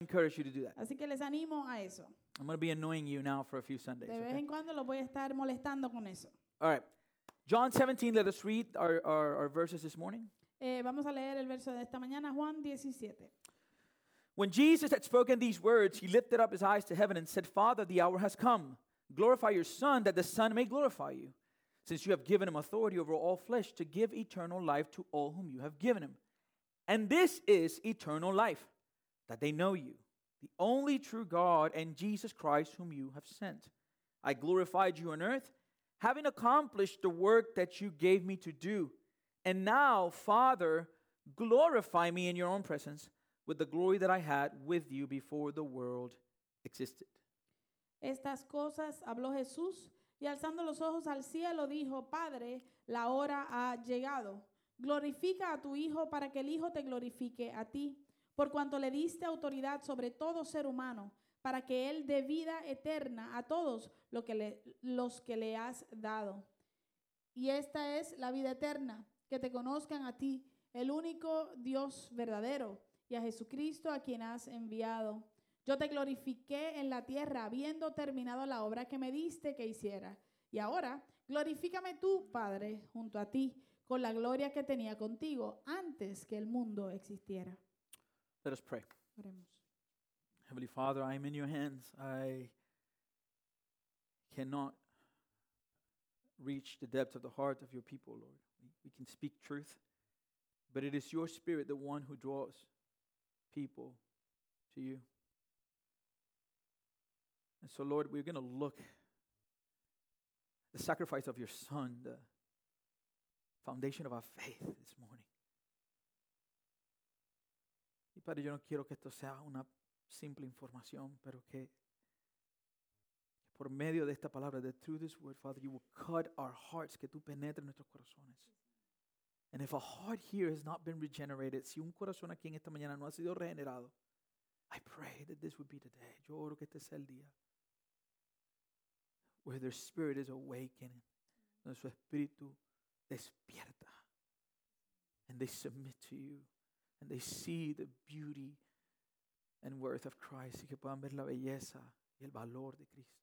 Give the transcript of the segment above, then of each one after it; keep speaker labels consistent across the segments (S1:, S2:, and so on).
S1: encourage you to do that.
S2: Así que les animo a eso.
S1: I'm going to be annoying you now for a few Sundays.
S2: De vez
S1: okay?
S2: en cuando los voy a estar molestando con eso.
S1: All right. John 17, let us read our, our, our verses this morning.
S2: Eh, vamos a leer el verso de esta mañana, Juan 17.
S1: When Jesus had spoken these words, he lifted up his eyes to heaven and said, Father, the hour has come. Glorify your Son, that the Son may glorify you, since you have given him authority over all flesh to give eternal life to all whom you have given him. And this is eternal life, that they know you, the only true God, and Jesus Christ, whom you have sent. I glorified you on earth, having accomplished the work that you gave me to do. And now, Father, glorify me in your own presence with the glory that I had with you before the world existed.
S2: Estas cosas habló Jesús y alzando los ojos al cielo dijo, Padre, la hora ha llegado. Glorifica a tu Hijo para que el Hijo te glorifique a ti, por cuanto le diste autoridad sobre todo ser humano, para que Él dé vida eterna a todos lo que le- los que le has dado. Y esta es la vida eterna, que te conozcan a ti, el único Dios verdadero, y a Jesucristo a quien has enviado. Yo te glorifiqué en la tierra, habiendo terminado la obra que me diste que hiciera. Y ahora, glorifícame tú, Padre, junto a ti, con la gloria que tenía contigo antes que el mundo existiera.
S1: Let us pray.
S2: Oremos.
S1: Heavenly Father, I am in your hands. I cannot reach the depth of the heart of your people, Lord. We- We can speak truth, but it is your spirit, the one who draws people to you. And so, Lord, we're going to look the sacrifice of your Son, the foundation of our faith this morning. Y Padre, yo no quiero que esto sea una simple información, pero que por medio de esta palabra, that through this word, Father, you will cut our hearts, que tú penetres nuestros corazones. And if a heart here has not been regenerated, si un corazón aquí en esta mañana no ha sido regenerado, I pray that this would be the day. Yo oro que este sea el día where their spirit is awakening, donde su espíritu despierta, and they submit to you, and they see the beauty and worth of Christ y que puedan ver la belleza y el valor de Cristo.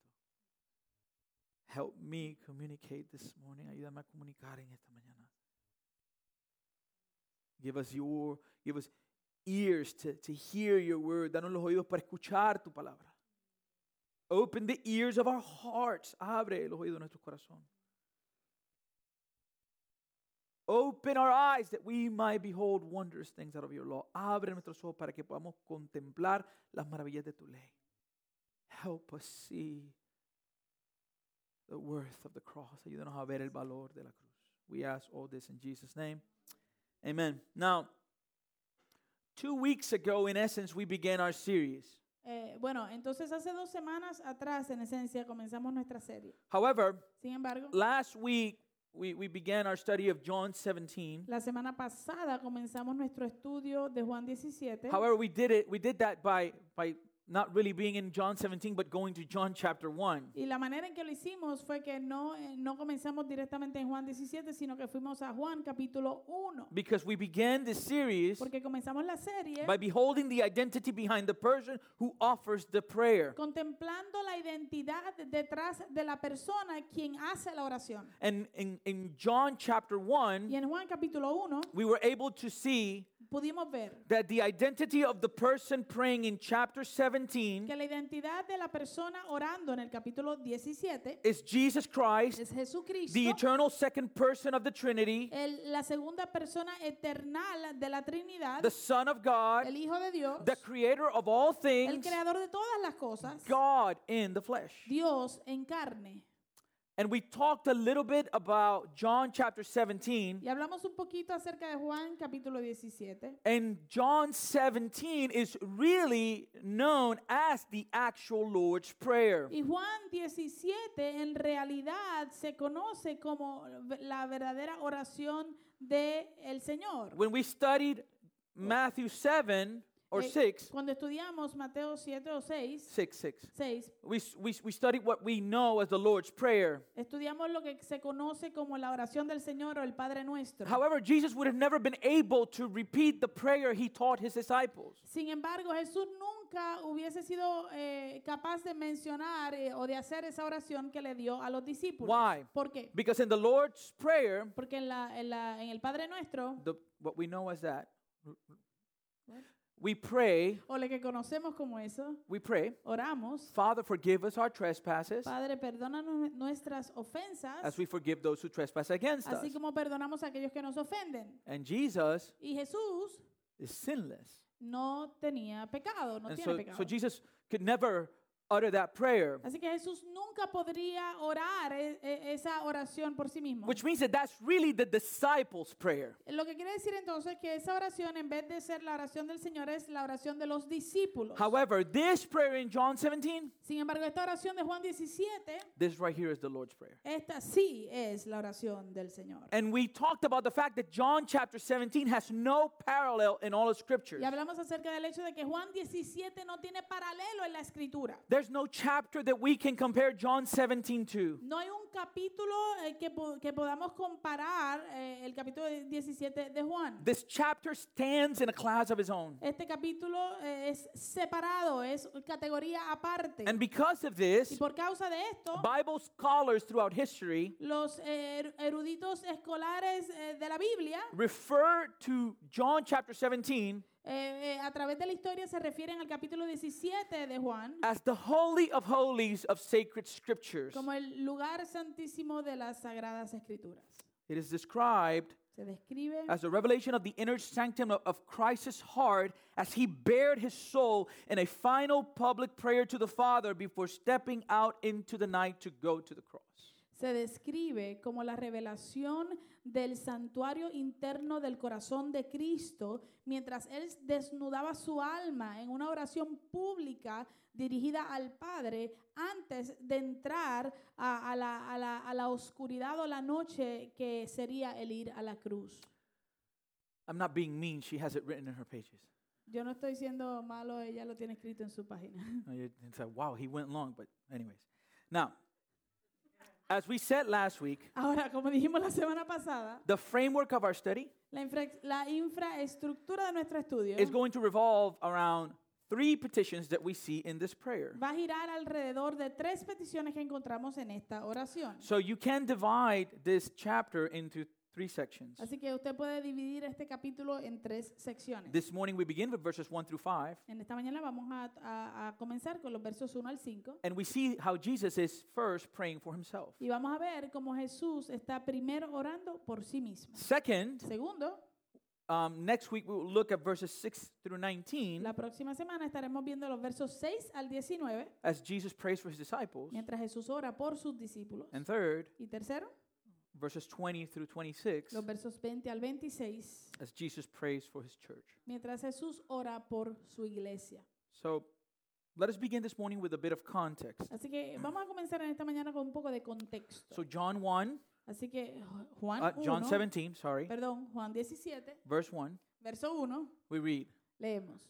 S1: Help me communicate this morning. Ayúdame a comunicar en esta mañana. Give us your, give us ears to, to hear your word. Danos los oídos para escuchar tu palabra. Open the ears of our hearts. Abre los oídos de nuestro corazón. Open our eyes that we might behold wondrous things out of your law. Abre nuestros ojos para que podamos contemplar las maravillas de tu ley. Help us see the worth of the cross. Ayúdanos a ver el valor de la cruz. We ask all this in Jesus' name. Amen. Now, two weeks ago, in essence, we began our series.
S2: Eh, bueno, entonces hace dos semanas atrás, en esencia, comenzamos nuestra serie.
S1: However,
S2: Sin embargo,
S1: last week, we, we began our study of John 17.
S2: la semana pasada comenzamos nuestro estudio de Juan 17.
S1: However, we did it. We did that by by not really being in John 17, but going to John chapter 1.
S2: Y la manera en que lo hicimos fue que no, eh, no comenzamos directamente en Juan 17, sino que fuimos a Juan capítulo 1.
S1: Because we began this series
S2: Porque comenzamos la serie
S1: by beholding the identity behind the person who offers the prayer.
S2: contemplando la identidad detrás de la persona quien hace la oración.
S1: And in, in John chapter 1,
S2: Y en Juan capítulo 1
S1: we were able to see
S2: pudimos ver
S1: that the identity of the person praying in chapter 17
S2: que la identidad de la persona orando en el capítulo 17
S1: is Jesus Christ,
S2: es Jesucristo,
S1: the eternal second person of the Trinity,
S2: el- la segunda persona eternal de la Trinidad,
S1: the Son of God,
S2: el Hijo de Dios,
S1: the creator of all
S2: el
S1: things,
S2: creador de todas las cosas,
S1: God in the flesh.
S2: Dios en carne.
S1: And we talked a little bit about John chapter 17.
S2: Y hablamos un poquito acerca de Juan capítulo 17.
S1: And John 17 is really known as the actual Lord's Prayer.
S2: Y Juan 17 en realidad se conoce como ve- la verdadera oración del el Señor.
S1: When we studied Matthew 7, or
S2: Eh,
S1: 6,
S2: Cuando estudiamos Mateo 7 o 6,
S1: 6, 6,
S2: 6,
S1: we, s- we, s- we studied what we know as the Lord's Prayer.
S2: estudiamos lo que se conoce como la oración del Señor o el Padre Nuestro.
S1: However, Jesus would have never been able to repeat the prayer he taught his disciples.
S2: Sin embargo, Jesús nunca hubiese sido eh, capaz de mencionar eh, o de hacer esa oración que le dio a los discípulos.
S1: Why?
S2: ¿Por qué?
S1: Because in the Lord's Prayer,
S2: Porque en, la- en la- en el Padre Nuestro,
S1: the, what we know as that,
S2: What?
S1: we pray,
S2: o lo que conocemos como eso,
S1: we pray,
S2: oramos,
S1: Father, forgive us our trespasses
S2: Padre, perdónanos nuestras ofensas,
S1: as we forgive those who trespass against us.
S2: así como perdonamos a aquellos que nos ofenden.
S1: And Jesus
S2: Y Jesús
S1: is sinless.
S2: no tenía pecado, no
S1: and
S2: tiene
S1: so,
S2: pecado.
S1: so Jesus could never utter that prayer,
S2: Así que Jesús nunca podría orar e- e- esa oración por sí mismo.
S1: which means that that's really the disciples' prayer.
S2: Lo que quiere decir entonces que esa oración, en vez de ser la oración del Señor, es la oración de los discípulos.
S1: However, this prayer in John 17,
S2: Sin embargo, esta oración de Juan 17,
S1: this right here is the Lord's prayer.
S2: esta sí es la oración del Señor.
S1: And we talked about the fact that John chapter 17 has no parallel in all of scriptures.
S2: Y hablamos acerca del hecho de que Juan 17 no tiene paralelo en la escritura.
S1: There's no chapter that we can compare John 17 to.
S2: No hay un capítulo eh, que, po- que podamos comparar eh, el capítulo 17 de Juan.
S1: This chapter stands in a class of its own.
S2: Este capítulo eh, es separado, es categoría aparte.
S1: And because of
S2: Y
S1: this,
S2: por causa de esto,
S1: Bible scholars throughout history
S2: los eh, er- eruditos escolares eh, de la Biblia,
S1: refer to John chapter 17
S2: eh, eh, a través de la historia, se refieren al capítulo 17 de Juan
S1: as the holy of holies of sacred scriptures.
S2: como el lugar santísimo de las Sagradas Escrituras.
S1: It is described
S2: Se describe
S1: as the revelation of the inner sanctum of, of Christ's heart as he bared his soul in a final public prayer to the Father before stepping out into the night to go to the cross.
S2: Se describe como la revelación del santuario interno del corazón de Cristo mientras Él desnudaba su alma en una oración pública dirigida al Padre antes de entrar a, a la, a la- a la oscuridad o la noche que sería el ir a la cruz.
S1: I'm not being mean, she has it written in her pages.
S2: Yo no estoy siendo malo, ella lo tiene escrito en su página.
S1: Uh, it- It's like, wow, he went long, but, anyways. Now, as we said last week,
S2: Ahora, como dijimos la semana pasada,
S1: the framework of our study
S2: la, infra- la infraestructura de nuestro estudio
S1: is going to revolve around three petitions that we see in this prayer.
S2: va a girar alrededor de tres peticiones que encontramos en esta oración.
S1: So you can divide this chapter into three sections.
S2: Así que usted puede dividir este capítulo en tres secciones.
S1: This morning we begin with verses 1 through 5,
S2: En esta mañana vamos a, a- a comenzar con los versos 1 al 5
S1: and we see how Jesus is first praying for himself.
S2: y vamos a ver cómo Jesús está primero orando por sí mismo.
S1: Second,
S2: Segundo,
S1: um, next week we will look at verses 6 through 19
S2: la próxima semana estaremos viendo los versos 6 al 19
S1: as Jesus prays for his disciples.
S2: mientras Jesús ora por sus discípulos.
S1: And third,
S2: Y tercero,
S1: verses 20 through 26
S2: los versos 20 al 26
S1: as Jesus prays for his church.
S2: mientras Jesús ora por su iglesia.
S1: So let us begin this morning with a bit of context.
S2: Así que vamos a comenzar en esta mañana con un poco de contexto.
S1: So, John 1,
S2: Así que Ju- Juan
S1: uh, John
S2: 1,
S1: 17, sorry,
S2: perdón, Juan 17,
S1: verse 1,
S2: verso 1,
S1: we read.
S2: leemos.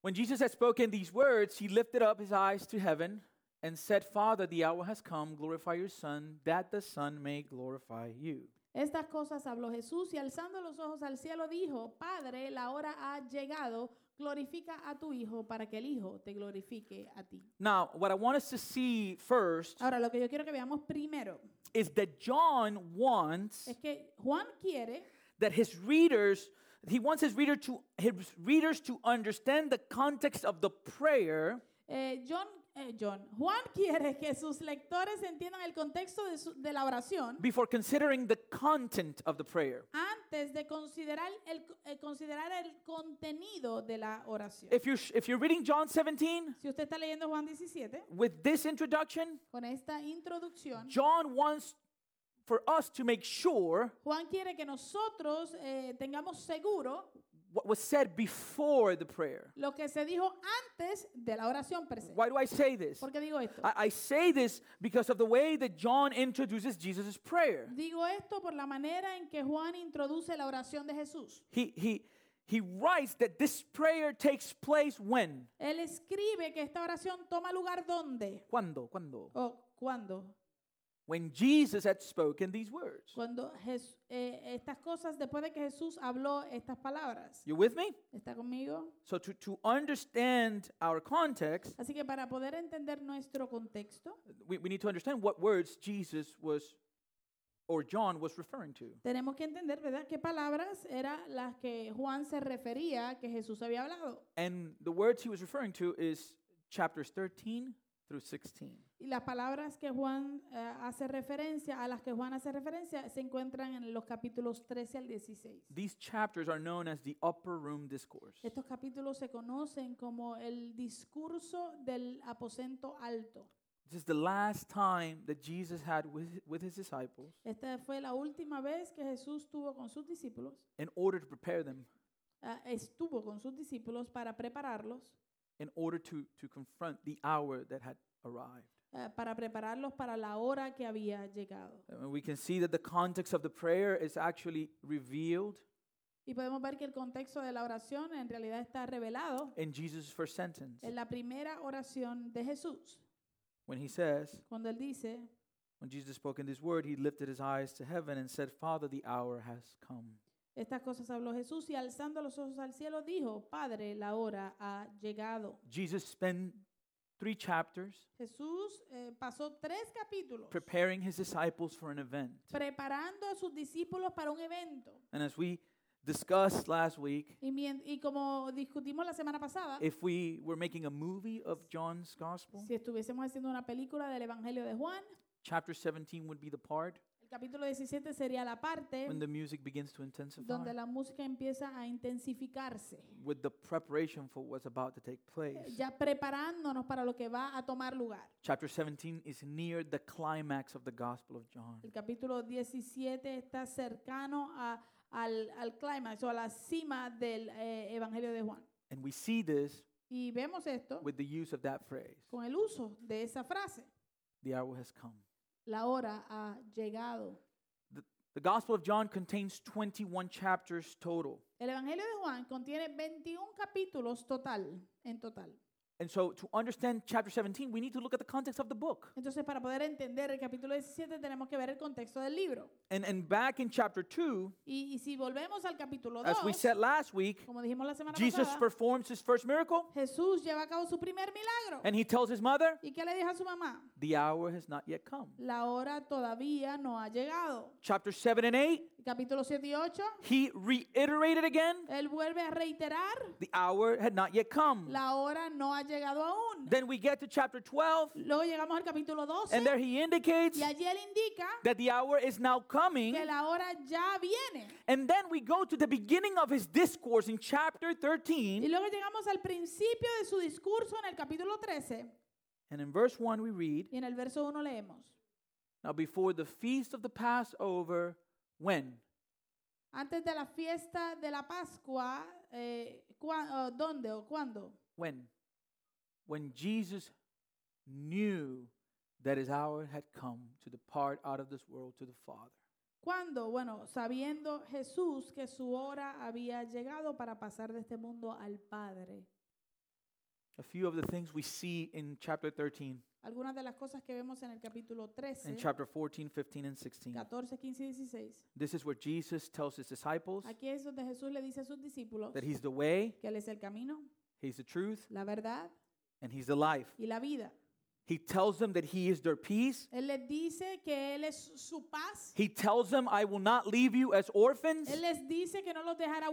S1: When Jesus had spoken these words, he lifted up his eyes to heaven and said, Father, the hour has come. Glorify your Son, that the Son may glorify you.
S2: Estas cosas habló Jesús y alzando los ojos al cielo dijo, Padre, la hora ha llegado, glorifica a tu Hijo para que el Hijo te glorifique a ti.
S1: Now, what I want us to see first
S2: Ahora, lo que yo quiero que veamos primero
S1: is that John wants
S2: es que Juan quiere
S1: that his readers he wants his reader to his readers to understand the context of the prayer
S2: Eh, John, eh, John, Juan quiere que sus lectores entiendan el contexto de, su- de la oración
S1: before considering the content of the prayer.
S2: antes de considerar el, eh, considerar el contenido de la oración.
S1: If you're if you're reading John 17
S2: Si usted está leyendo Juan 17,
S1: with this introduction,
S2: con esta introducción,
S1: John wants for us to make sure
S2: Juan quiere que nosotros eh, tengamos seguro
S1: what was said before the prayer.
S2: lo que se dijo antes de la oración per se.
S1: Why do I say this?
S2: ¿Por qué digo esto?
S1: I, I say this because of the way that John introduces Jesus' prayer.
S2: Digo esto por la manera en que Juan introduce la oración de Jesús.
S1: He, he, he writes that this prayer takes place when?
S2: Él escribe que esta oración toma lugar donde
S1: ¿Cuándo? ¿Cuándo?
S2: o cuando.
S1: When Jesus had spoken these words.
S2: Cuando Jes- eh, estas cosas, después de que Jesús habló estas palabras.
S1: You with me?
S2: ¿Está conmigo?
S1: So, to, to understand our context,
S2: Así que para poder entender nuestro contexto,
S1: we, we need to understand what words Jesus was or John was referring to.
S2: tenemos que entender, ¿verdad?, qué palabras eran las que Juan se refería que Jesús había hablado.
S1: And the words he was referring to is chapters 13 through 16.
S2: Y las palabras que Juan eh, hace referencia, a las que Juan hace referencia, se encuentran en los capítulos 13 al 16.
S1: These chapters are known as the upper room discourse.
S2: Estos capítulos se conocen como el discurso del aposento alto.
S1: This is the last time that Jesus had with, with his disciples
S2: Esta fue la última vez que Jesús tuvo con sus discípulos,
S1: in order to prepare them,
S2: ah, estuvo con sus discípulos para prepararlos,
S1: in order to, to confront the hour that had arrived.
S2: ah, para prepararlos para la hora que había llegado.
S1: And we can see that the context of the prayer is actually revealed
S2: Y podemos ver que el contexto de la oración en realidad está revelado
S1: in Jesus' first sentence
S2: en la primera oración de Jesús,
S1: when he says,
S2: cuando él dice,
S1: When Jesus spoke in this word, he lifted his eyes to heaven and said, Father, the hour has come.
S2: Estas cosas habló Jesús y alzando los ojos al cielo dijo, Padre, la hora ha llegado.
S1: Jesus spent three chapters
S2: Jesús eh, pasó tres capítulos
S1: preparing his disciples for an event.
S2: preparando a sus discípulos para un evento.
S1: And as we discussed last week,
S2: Y, mien- y como discutimos la semana pasada,
S1: if we were making a movie of John's gospel,
S2: si estuviésemos haciendo una película del Evangelio de Juan,
S1: chapter 17 would be the part
S2: el capítulo 17 sería la parte
S1: when the music begins to intensify
S2: donde la música empieza a intensificarse,
S1: with the preparation for what's about to take place.
S2: eh, ya preparándonos para lo que va a tomar lugar.
S1: Chapter 17 is near the climax of the gospel of John.
S2: El capítulo 17 está cercano a- al, al clímax o a la cima del eh, Evangelio de Juan.
S1: And we see this
S2: Y vemos esto
S1: with the use of that phrase
S2: con el uso de esa frase.
S1: the hour has come.
S2: La hora ha llegado.
S1: The Gospel of John contains 21 chapters total.
S2: El Evangelio de Juan contiene 21 capítulos total, en total.
S1: And so, to understand chapter 17, we need to look at the context of the book.
S2: Entonces, para poder entender el capítulo 17, tenemos que ver el contexto del libro.
S1: And, and back in chapter 2,
S2: Y, y si volvemos al capítulo
S1: as we
S2: 2,
S1: said last week,
S2: como dijimos la semana
S1: Jesus
S2: pasada,
S1: performs his first miracle
S2: Jesús lleva a cabo su primer milagro.
S1: and he tells his mother,
S2: ¿Y qué le dijo a su mamá?
S1: The hour has not yet come.
S2: La hora todavía no ha llegado.
S1: Chapter 7 and 8,
S2: Capítulo 7 y 8,
S1: he reiterated again,
S2: él vuelve a reiterar,
S1: The hour had not yet come.
S2: la hora no ha llegado aún.
S1: Then we get to chapter 12,
S2: Luego llegamos al capítulo 12
S1: and there he indicates
S2: y allí él indica
S1: that the hour is now coming.
S2: que la hora ya viene.
S1: And then we go to the beginning of his discourse in chapter
S2: Y
S1: 13.
S2: luego llegamos al principio de su discurso en el capítulo 13
S1: And in verse 1, we read
S2: y en el verso 1 leemos,
S1: Now, before the feast of the Passover, when?
S2: antes de la fiesta de la Pascua, eh, cua- o ¿dónde o cuándo?
S1: When? When Jesus knew that his hour had come to depart out of this world to the Father.
S2: ¿Cuándo? Bueno, sabiendo Jesús que su hora había llegado para pasar de este mundo al Padre.
S1: A few of the things we see in chapter 13
S2: Algunas de las cosas que vemos en el capítulo 13,
S1: and chapter 14, 15, and 16.
S2: 14, 15 y 16.
S1: This is where Jesus tells his disciples
S2: Aquí es donde Jesús le dice a sus discípulos
S1: that
S2: que
S1: he's the way,
S2: Él es el camino,
S1: he's the truth,
S2: la verdad
S1: and he's the life.
S2: y la vida.
S1: He tells them that he is their peace.
S2: Él les dice que Él es su paz.
S1: He tells them, I will not leave you as orphans.
S2: Él les dice que no los dejará
S1: I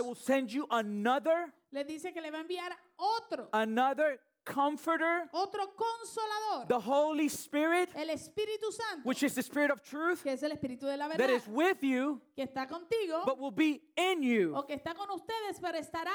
S2: huérfanos.
S1: will send you another,
S2: Les dice que le va a enviar otro,
S1: another comforter,
S2: otro consolador,
S1: the Holy Spirit,
S2: el Espíritu Santo,
S1: which is the Spirit of truth
S2: que es el Espíritu de la
S1: that
S2: verdad,
S1: is with you,
S2: que está contigo
S1: but will be in you.
S2: o que está con ustedes, pero estará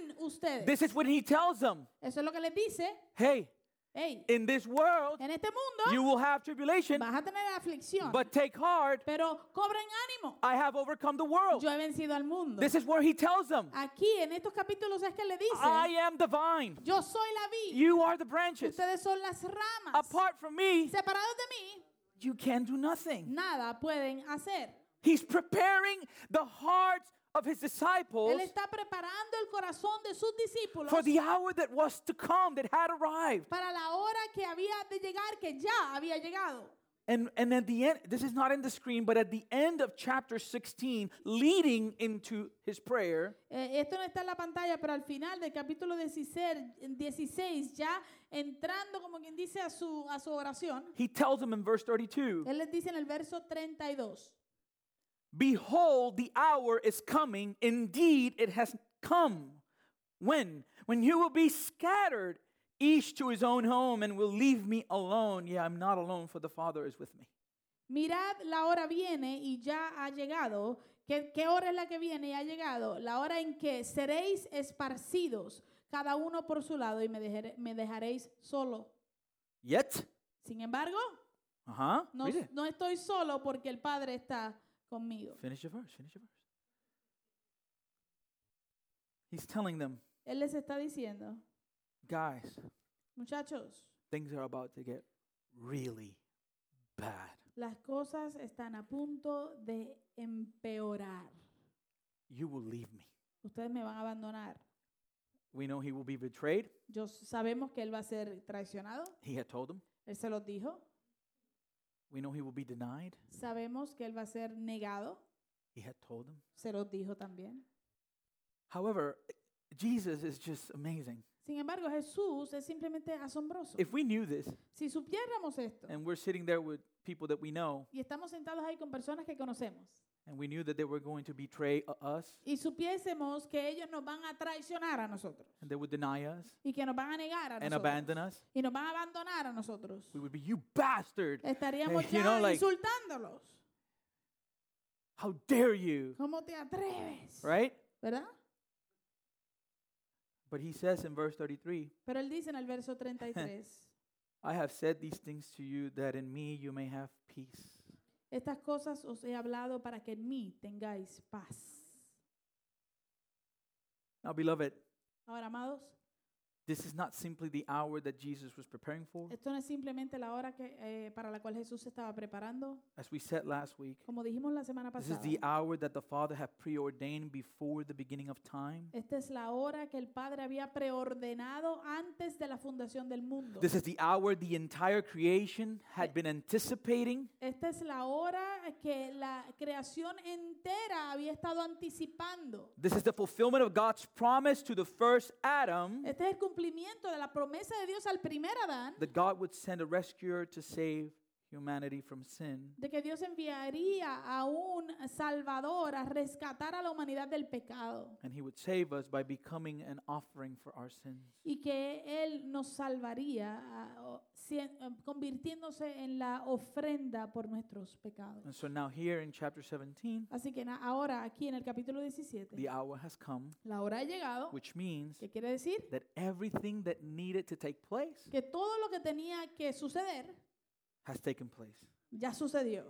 S2: en ustedes.
S1: This is when he tells them,
S2: Eso es lo que les dice.
S1: hey,
S2: Hey,
S1: in this world,
S2: en este
S1: you
S2: mundo
S1: will have tribulation,
S2: vas a tener aflicción,
S1: but take heart,
S2: pero cobren ánimo.
S1: I have overcome the world.
S2: Yo he vencido al mundo.
S1: This is where he tells them,
S2: Aquí en estos capítulos es que le
S1: I
S2: dice,
S1: am the vine,
S2: yo soy la vid,
S1: you are the branches.
S2: ustedes son las ramas.
S1: Apart from me,
S2: Separados de mí,
S1: you can do nothing.
S2: nada pueden hacer.
S1: He's preparing the hearts of his disciples
S2: Él está preparando el corazón de sus discípulos
S1: for the hour that was to come, that had arrived.
S2: para la hora que había de llegar, que ya había llegado.
S1: And, and at the end, this is not in the screen, but at the end of chapter 16, leading into his prayer,
S2: Eh, esto no está en la pantalla, pero al final del capítulo 16, 16 ya entrando como quien dice a su, a su oración,
S1: he tells them in verse 32
S2: Él les dice en el verso 32,
S1: Behold, the hour is coming. Indeed, it has come. When? When you will be scattered, each to his own home, and will leave me alone. Yeah, I'm not alone, for the Father is with me.
S2: mirad, la hora viene y ya ha llegado. ¿Qué, qué hora es la que viene y ha llegado? La hora en que seréis esparcidos, cada uno por su lado, y me, dejaré- me dejaréis solo.
S1: Yet,
S2: Sin embargo,
S1: uh huh.
S2: no,
S1: Read it.
S2: no estoy solo porque el Padre está conmigo.
S1: Finish your verse. Finish your verse. He's telling them,
S2: Él les está diciendo,
S1: guys,
S2: muchachos,
S1: things are about to get really bad.
S2: Las cosas están a punto de empeorar.
S1: You will leave me.
S2: Ustedes me van a abandonar.
S1: We know he will be betrayed.
S2: Yo sabemos que él va a ser traicionado.
S1: He had told them.
S2: Él se los dijo.
S1: We know he will be denied.
S2: Sabemos que él va a ser negado.
S1: He had told them.
S2: Se los dijo también.
S1: However, Jesus is just amazing.
S2: Sin embargo, Jesús es simplemente asombroso.
S1: If we knew this
S2: Si supiéramos esto
S1: and we're sitting there with people that we know
S2: y estamos sentados ahí con personas que conocemos
S1: and we knew that they were going to betray u- us
S2: y supiésemos que ellos nos van a traicionar a nosotros
S1: and they would deny us
S2: y que nos van a negar a
S1: and
S2: nosotros
S1: abandon us,
S2: y nos van a abandonar a nosotros,
S1: we would be, you bastard!
S2: estaríamos
S1: you know,
S2: ya
S1: like-
S2: insultándolos.
S1: How dare you!
S2: ¿Cómo te atreves?
S1: Right?
S2: ¿Verdad?
S1: But he says in verse 33
S2: Pero él dice en el verso 33,
S1: I have said these things to you that in me you may have peace.
S2: estas cosas os he hablado para que en mí tengáis paz.
S1: Now, beloved,
S2: Ahora, amados,
S1: this is not simply the hour that Jesus was preparing for.
S2: esto no es simplemente la hora que, eh, para la cual Jesús se estaba preparando.
S1: As we said last week,
S2: Como dijimos la semana
S1: this is
S2: pasada,
S1: the hour that the Father had preordained before the beginning of time.
S2: esta es la hora que el Padre había preordenado antes de la fundación del mundo.
S1: This is the hour the entire creation had been anticipating.
S2: Esta es la hora que la creación entera había estado anticipando.
S1: This is the fulfillment of God's promise to the first Adam
S2: Este es el cumplimiento de la promesa de Dios al primer Adán.
S1: that God would send a rescuer to save humanity from sin.
S2: de que Dios enviaría a un Salvador a rescatar a la humanidad del pecado
S1: And he would save us by becoming an offering for our sins.
S2: y que Él nos salvaría ah, o- si- eh, convirtiéndose en la ofrenda por nuestros pecados.
S1: And so now, here in chapter 17,
S2: Así que na- ahora aquí en el capítulo 17,
S1: the hour has come,
S2: la hora ha llegado,
S1: which means
S2: que quiere decir
S1: that everything that needed to take place
S2: que todo lo que tenía que suceder
S1: has taken place.
S2: ya sucedió.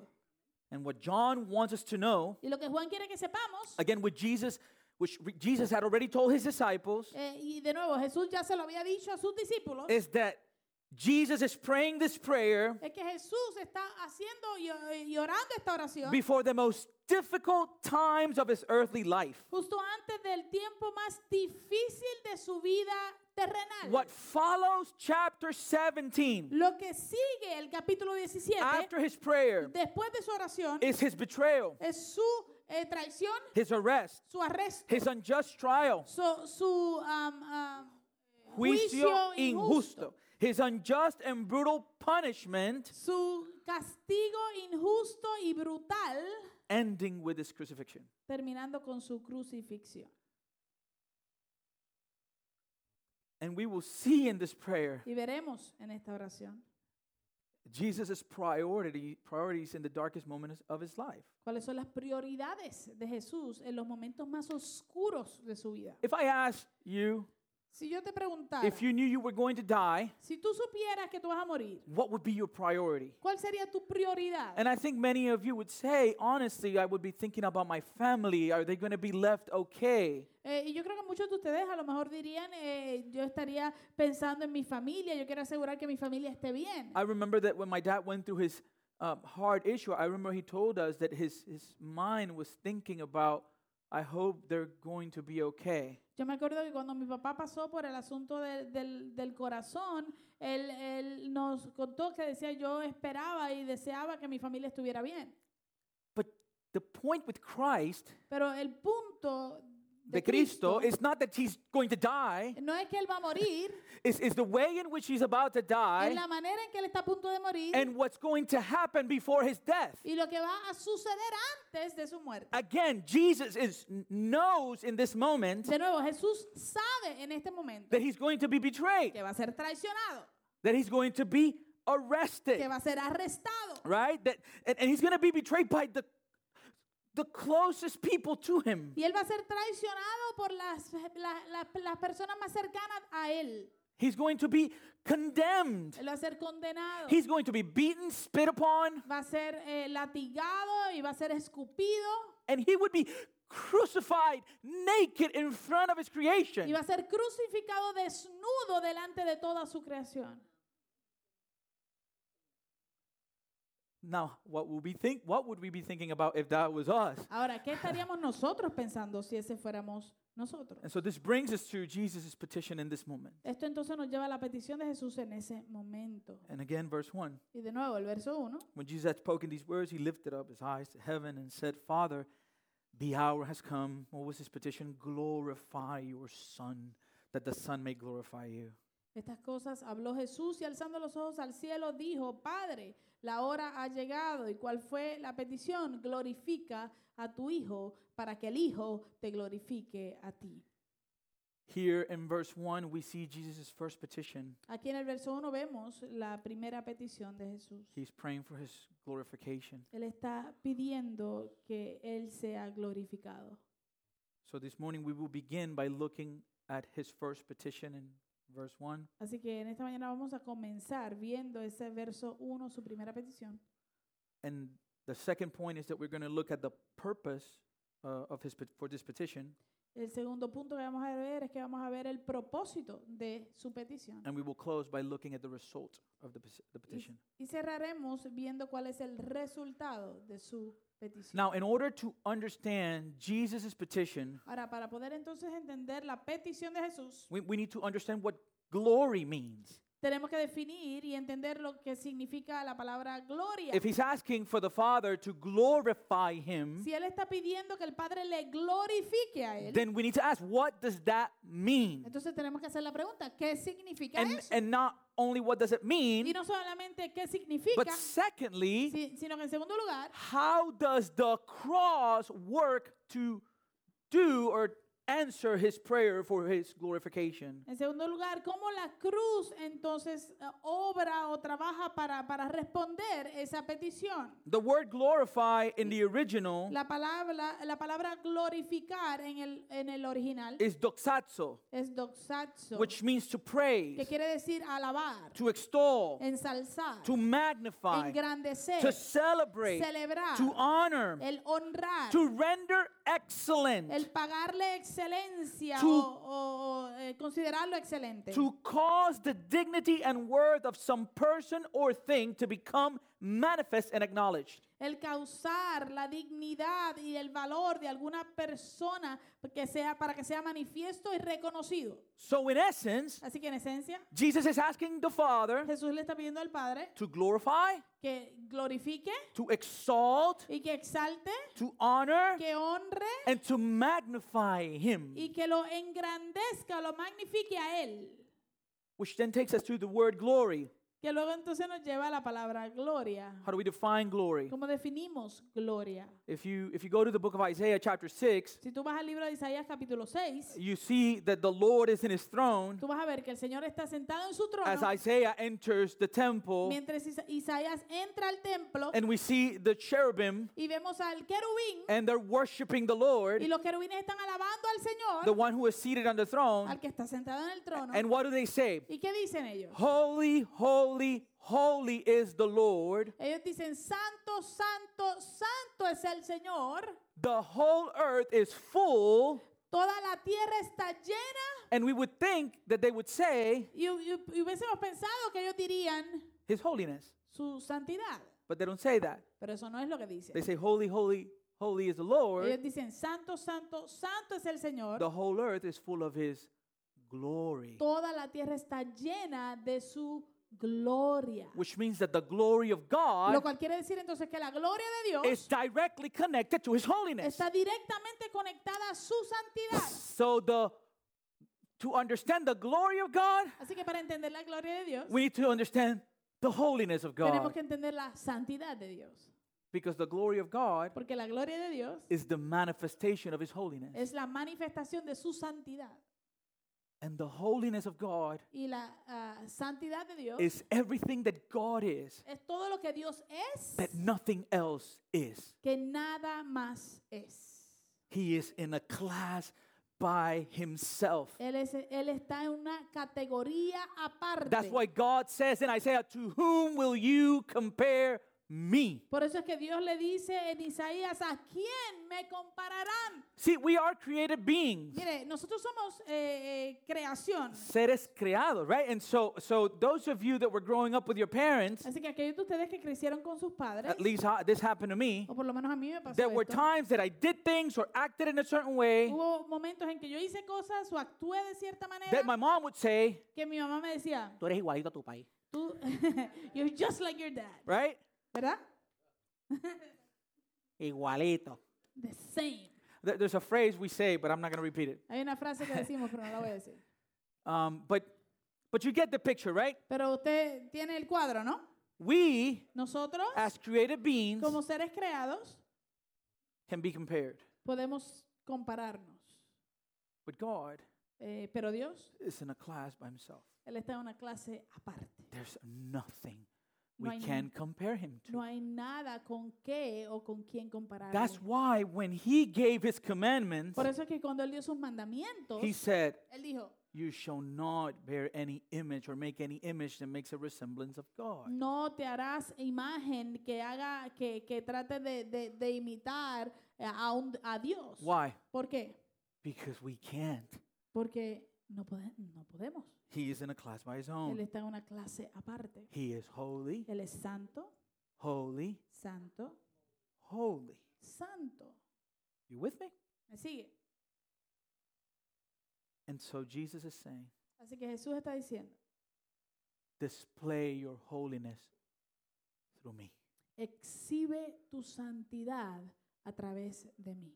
S1: And what John wants us to know,
S2: Y lo que Juan quiere que sepamos,
S1: again, with Jesus, which re- Jesus had already told his disciples,
S2: eh, y de nuevo Jesús ya se lo había dicho a sus discípulos,
S1: is that Jesus is praying this prayer
S2: es que Jesús está haciendo y y orando esta oración.
S1: before the most difficult times of his earthly life.
S2: justo antes del tiempo más difícil de su vida terrenal.
S1: What follows chapter 17
S2: Lo que sigue el capítulo 17,
S1: after his prayer
S2: después de su oración,
S1: is his betrayal,
S2: es su eh, traición,
S1: his arrest,
S2: su arresto,
S1: his unjust trial,
S2: su, su, um, um,
S1: juicio
S2: Juicio
S1: injusto,
S2: injusto.
S1: his unjust and brutal punishment,
S2: su castigo injusto y brutal,
S1: ending with his crucifixion.
S2: terminando con su crucifixión.
S1: And we will see in this prayer
S2: Y veremos en esta oración
S1: Jesus' priority, priorities in the darkest moments of his life.
S2: cuáles son las prioridades de Jesús en los momentos más oscuros de su vida.
S1: If I ask you
S2: Si yo te preguntara,
S1: if you knew you were going to die,
S2: si tú supieras que tú vas a morir,
S1: what would be your priority?
S2: ¿Cuál sería tu prioridad?
S1: And I think many of you would say, honestly, I would be thinking about my family. Are they going to be left okay?
S2: Eh, y yo creo que muchos de ustedes a lo mejor dirían, eh, yo estaría pensando en mi familia, yo quiero asegurar que mi familia esté bien.
S1: I remember that when my dad went through his um, hard issue, I remember he told us that his, his mind was thinking about I hope they're going to be okay.
S2: Yo me acuerdo que cuando mi papá pasó por el asunto del- del, del corazón, él, él nos contó que decía, yo esperaba y deseaba que mi familia estuviera bien.
S1: But the point with Christ,
S2: Pero el punto
S1: the
S2: de,
S1: Cristo, is not that he's going to die,
S2: no es que él va a morir,
S1: it's, it's the way in which he's about to
S2: es
S1: die
S2: la manera en que él está a punto de morir
S1: and what's going to happen before his death.
S2: y lo que va a suceder antes de su muerte.
S1: Again, Jesus is, knows in this moment
S2: De nuevo, Jesús sabe en este momento
S1: that he's going to be betrayed,
S2: que va a ser traicionado,
S1: that he's going to be
S2: que
S1: arrested,
S2: va a ser arrestado,
S1: right? That, and, and he's going to be betrayed by the, the closest people to him.
S2: Y él va a ser traicionado por las, la- la- las personas más cercanas a él.
S1: He's going to be condemned.
S2: Él va a ser condenado.
S1: He's going to be beaten, spit upon,
S2: Va a ser eh, latigado y va a ser escupido
S1: and he would be crucified naked in front of his
S2: y
S1: creation.
S2: va a ser crucificado desnudo delante de toda su creación.
S1: Now, what would we think? What would we be thinking about if that was us?
S2: Ahora, ¿qué estaríamos nosotros pensando si ese fuéramos nosotros?
S1: And so this brings us to Jesus' petition in this moment.
S2: Esto entonces nos lleva a la petición de Jesús en ese momento.
S1: And again, verse 1.
S2: Y de nuevo, el verso 1.
S1: When Jesus had spoken these words, he lifted up his eyes to heaven and said, Father, the hour has come. What was his petition? Glorify your Son, that the Son may glorify you.
S2: Estas cosas habló Jesús y alzando los ojos al cielo dijo, Padre, la hora ha llegado. ¿Y cuál fue la petición? Glorifica a tu Hijo para que el Hijo te glorifique a ti.
S1: Here in verse 1, we see Jesus' first petition.
S2: Aquí en el verso 1 vemos la primera petición de Jesús.
S1: He's praying for his glorification.
S2: Él está pidiendo que Él sea glorificado.
S1: So this morning we will begin by looking at his first petition in verse 1.
S2: Así que en esta mañana vamos a comenzar viendo ese verso 1, su primera petición.
S1: And the second point is that we're going to look at the purpose uh, of his pet- for this petition
S2: El segundo punto que vamos a ver es que vamos a ver el propósito de su petición.
S1: and we will close by looking at the result of the, pes- the petition.
S2: Y cerraremos viendo cuál es el resultado de su petición.
S1: Now, in order to understand Jesus' petition,
S2: Ahora, para poder entonces entender la petición de Jesús,
S1: we, we need to understand what glory means.
S2: tenemos que definir y entender lo que significa la palabra gloria.
S1: If he's asking for the Father to glorify him,
S2: Si Él está pidiendo que el Padre le glorifique a Él,
S1: then we need to ask, what does that mean?
S2: entonces tenemos que hacer la pregunta, ¿qué significa
S1: And,
S2: eso?
S1: and not only what does it
S2: Y
S1: mean,
S2: no solamente qué
S1: but
S2: significa,
S1: secondly,
S2: si- sino que en segundo lugar,
S1: how does the cross work to do or answer his prayer for his glorification?
S2: en segundo lugar, cómo la cruz entonces eh, obra o trabaja para, para responder esa petición.
S1: The word glorify in the original
S2: La palabra, la palabra glorificar en el, en el original
S1: is doxazo,
S2: es doxazo,
S1: which means to
S2: que
S1: praise,
S2: quiere decir alabar,
S1: to extol,
S2: ensalzar,
S1: to magnify, to
S2: engrandecer,
S1: celebrate,
S2: celebrar,
S1: to honor,
S2: el honrar,
S1: to render excellent,
S2: el pagarle excelencia
S1: To-
S2: o, o- o, eh, considerarlo excelente,
S1: to cause the dignity and worth of some person or thing to become manifest and acknowledged.
S2: el causar la dignidad y el valor de alguna persona que sea, para que sea manifiesto y reconocido.
S1: So, in essence,
S2: Así que en esencia,
S1: Jesus is asking the Father
S2: Jesús le está pidiendo al Padre
S1: to glorify,
S2: que glorifique
S1: to exalt,
S2: y que exalte,
S1: to honor,
S2: que honre
S1: and to magnify Him.
S2: y que lo engrandezca, lo magnifique a Él.
S1: Which then takes us to the word glory.
S2: Que luego entonces nos lleva a la palabra gloria.
S1: How do we define glory?
S2: ¿Cómo definimos gloria?
S1: If you if you go to the book of Isaiah chapter 6,
S2: Si tú vas al libro de Isaías capítulo 6,
S1: you see that the Lord is in his throne
S2: tú vas a ver que el Señor está sentado en su
S1: as
S2: trono
S1: Isaiah enters the temple
S2: mientras Isa- Isaías entra al templo
S1: and we see the cherubim
S2: y vemos al querubín
S1: and they're worshiping the
S2: y
S1: Lord,
S2: los querubines están alabando al
S1: the
S2: Señor,
S1: one who is seated on the throne.
S2: al que está sentado en el trono.
S1: And what do they say?
S2: ¿Y qué dicen ellos?
S1: Holy, holy, holy is the Lord.
S2: Ellos dicen, santo, santo, santo es el Señor.
S1: the whole earth is full
S2: Toda la tierra está llena.
S1: and we would think that they would say
S2: Y, hu- y hu- y hubiésemos pensado que ellos dirían
S1: his holiness
S2: su santidad.
S1: but they don't say that
S2: Pero eso no es lo que dice.
S1: they say holy holy Holy is the Lord,
S2: Ellos dicen, santo, santo, santo es el Señor.
S1: the whole earth is full of his glory.
S2: Toda la tierra está llena de su gloria.
S1: Which means that the glory of God
S2: Lo cual quiere decir entonces que la gloria de
S1: is
S2: Dios
S1: directly connected to his holiness.
S2: está directamente conectada a su santidad.
S1: So the to understand the glory of God,
S2: Así que para entender la gloria de Dios,
S1: we need to understand the holiness of
S2: tenemos
S1: God
S2: que entender la santidad de Dios.
S1: because the glory of God
S2: Porque la gloria de Dios
S1: is the manifestation of his holiness.
S2: es la manifestación de su santidad.
S1: And the holiness of God
S2: Y la ah, santidad de Dios
S1: is everything that God is
S2: es todo lo que Dios es,
S1: that nothing else is.
S2: que nada más es.
S1: He is in a class by himself.
S2: Él, es- él está en una categoría
S1: That's
S2: aparte.
S1: why God says in Isaiah, To whom will you compare me?
S2: Por eso es que Dios le dice en Isaías, ¿a quién me compararán?
S1: See, we are created beings.
S2: Mire, nosotros somos eh, eh, creación.
S1: Seres creados, right? And so, so those of you that were growing up with your parents,
S2: Así que aquellos de ustedes que crecieron con sus padres,
S1: at least ha- this happened to me,
S2: o por lo menos a mí me Oh, pasó
S1: there were
S2: esto,
S1: times that I did things or acted in a certain way
S2: hubo momentos en que yo hice cosas o actué de cierta manera
S1: that my mom would say,
S2: que mi mamá me decía,
S1: Tú eres igualito a tu país,
S2: tú, you're just like your dad,
S1: right?
S2: ¿verdad?
S1: Igualito.
S2: The same.
S1: There- There's a phrase we say, but I'm not going to repeat it.
S2: Hay una frase que decimos, pero no la voy a decir.
S1: Um, but, but you get the picture, right?
S2: Pero usted tiene el cuadro, ¿no?
S1: We
S2: Nosotros,
S1: as created beings
S2: como seres creados,
S1: can be compared.
S2: podemos compararnos.
S1: But God
S2: Eh, pero Dios,
S1: is in a class by himself.
S2: Él está en una clase aparte.
S1: There's nothing
S2: No
S1: we
S2: hay
S1: can compare him to.
S2: No hay nada con qué o con quién compararnos.
S1: That's why when he gave his commandments,
S2: Por eso es que cuando Él dio sus mandamientos,
S1: he said,
S2: Él dijo,
S1: You shall not bear any image or make any image that makes a resemblance of God.
S2: no te harás imagen que haga, que, que trate de, de- de imitar a, un- a Dios.
S1: Why?
S2: ¿Por qué?
S1: Because we can't.
S2: Porque no, pode- no podemos.
S1: He is in a class by his
S2: Él
S1: own.
S2: está en una clase aparte.
S1: He is holy,
S2: Él es santo,
S1: holy,
S2: santo,
S1: holy.
S2: santo.
S1: You with me?
S2: ¿Me sigue?
S1: And so Jesus is saying,
S2: Así que Jesús está diciendo,
S1: Display your holiness through me.
S2: exhibe tu santidad a través de mí.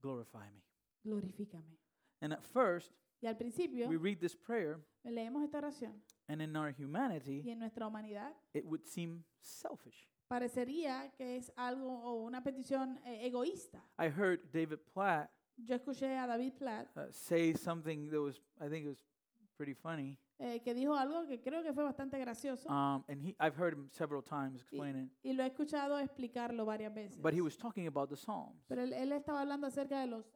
S1: Glorify me.
S2: Glorifícame.
S1: And at first,
S2: Y al principio
S1: we read this prayer,
S2: leemos esta oración
S1: and in our humanity,
S2: y en nuestra humanidad
S1: it would seem selfish.
S2: parecería que es algo o una petición eh, egoísta.
S1: I heard David Platt
S2: Yo escuché a David Platt
S1: uh, say something that was, I think it was pretty funny.
S2: eh, que dijo algo que creo que fue bastante gracioso
S1: Um, and he, I've heard him several times explain it.
S2: y lo he escuchado explicarlo varias veces.
S1: But he was talking about the Psalms.
S2: Pero él, él estaba hablando acerca de los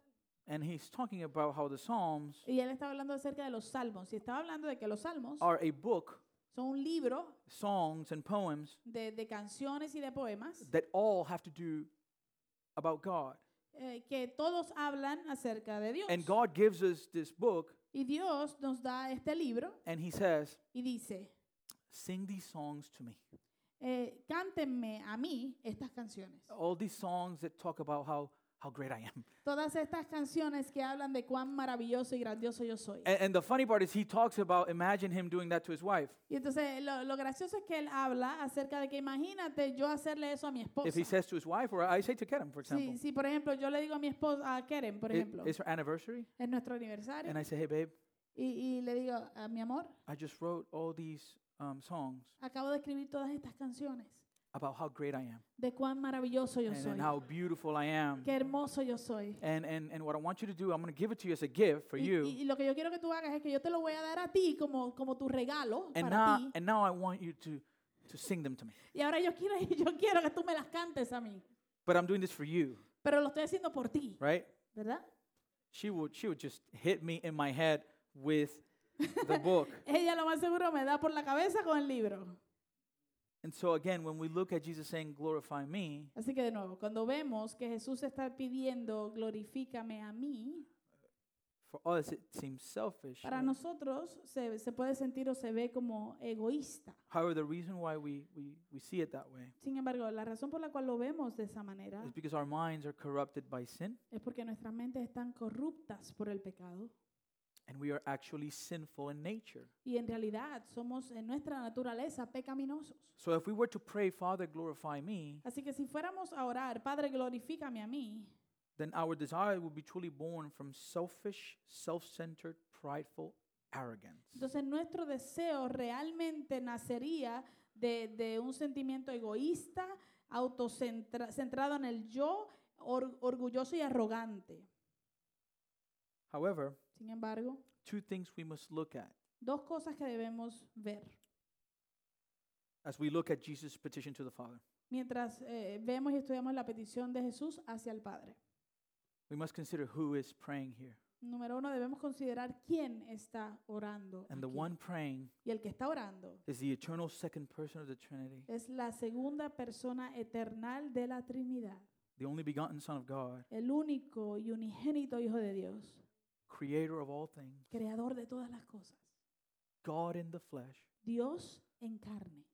S1: And he's talking about how the Psalms
S2: y él estaba hablando acerca de los salmos y estaba hablando de que los salmos
S1: are a book,
S2: son un libro
S1: songs and poems
S2: de, de canciones y de poemas
S1: that all have to do about God.
S2: eh, que todos hablan acerca de Dios.
S1: And God gives us this book,
S2: Y Dios nos da este libro
S1: and he says,
S2: y dice,
S1: Sing these songs to me.
S2: eh, cántenme a mí estas canciones.
S1: all these songs that talk about how, how great I am.
S2: Todas estas canciones que hablan de cuán maravilloso y grandioso yo soy.
S1: And, and the funny part is he talks about imagine him doing that to his wife.
S2: Y entonces lo, lo gracioso es que él habla acerca de que imagínate yo hacerle eso a mi esposa.
S1: If he says to his wife, or I say to Kerem, for example,
S2: Si, si, por ejemplo yo le digo a mi esposa, a Keren, por
S1: "It-
S2: ejemplo,
S1: it's her anniversary,
S2: es nuestro aniversario,
S1: and I say, hey babe,
S2: y, y le digo, a mi amor,
S1: I just wrote all these um, songs
S2: acabo de escribir todas estas canciones
S1: about how great I am,
S2: de cuán maravilloso yo
S1: and,
S2: soy,
S1: and how beautiful I am,
S2: qué hermoso yo soy.
S1: and, and and what I want you to do, I'm gonna give it to you as a gift for
S2: Y,
S1: you,
S2: y- y lo que yo quiero que tú hagas es que yo te lo voy a dar a ti como, como tu regalo
S1: and
S2: para
S1: now
S2: ti.
S1: and now I want you to to sing them to me,
S2: Y ahora yo quiero, yo quiero que tú me las cantes a mí.
S1: but I'm doing this for you,
S2: Pero lo estoy haciendo por ti,
S1: right?
S2: ¿verdad?
S1: She would she would just hit me in my head with the book.
S2: Ella lo más seguro me da por la cabeza con el libro.
S1: And so again, when we look at Jesus saying, "Glorify me,"
S2: Así que de nuevo, cuando vemos que Jesús está pidiendo, glorifícame a mí,
S1: For us, it seems selfish.
S2: Para nosotros se, se puede sentir o se ve como egoísta.
S1: However, the reason why we, we, we see it that way
S2: Sin embargo, la razón por la cual lo vemos de esa manera
S1: is because our minds are corrupted by sin
S2: es porque nuestras mentes están corruptas por el pecado
S1: and we are actually sinful in nature.
S2: y en realidad somos en nuestra naturaleza pecaminosos.
S1: So if we were to pray, Father, glorify me,
S2: Así que si fuéramos a orar, Padre, glorifícame a mí,
S1: then our desire would be truly born from selfish, self centered, prideful arrogance.
S2: entonces nuestro deseo realmente nacería de, de un sentimiento egoísta, autocentra- centrado en el yo, or- orgulloso y arrogante.
S1: However,
S2: Sin embargo,
S1: two things we must look at
S2: dos cosas que debemos ver
S1: as we look at Jesus' petition to the Father.
S2: mientras eh, vemos y estudiamos la petición de Jesús hacia el Padre.
S1: We must consider who is praying here.
S2: Número uno, debemos considerar quién está orando.
S1: And the
S2: aquí.
S1: one praying
S2: Y el que está orando
S1: is the eternal second person of the Trinity,
S2: es la segunda persona eternal de la Trinidad,
S1: the only begotten Son of God,
S2: el único y unigénito Hijo de Dios,
S1: creator of all things,
S2: creador de todas las cosas,
S1: God in the flesh,
S2: Dios en carne,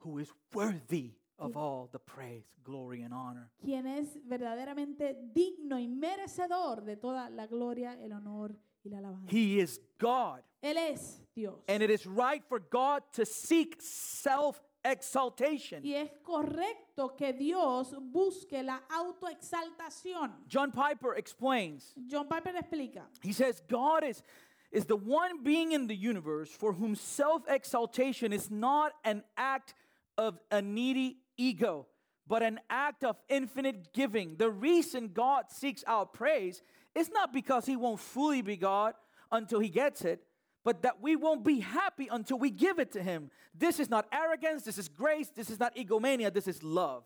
S1: who is worthy of all the praise, glory, and honor.
S2: quien es verdaderamente digno y merecedor de toda la gloria, el honor y la alabanza.
S1: He is God.
S2: Él es Dios.
S1: And it is right for God to seek self exaltation.
S2: Y es correcto que Dios busque la autoexaltación.
S1: John Piper explains
S2: John Piper explica,
S1: He says, God is, is the one being in the universe for whom self exaltation is not an act of a needy ego, but an act of infinite giving. The reason God seeks our praise is not because He won't fully be God until He gets it. But that we won't be happy until we give it to Him. This is not arrogance, this is grace, this is not egomania, this is love.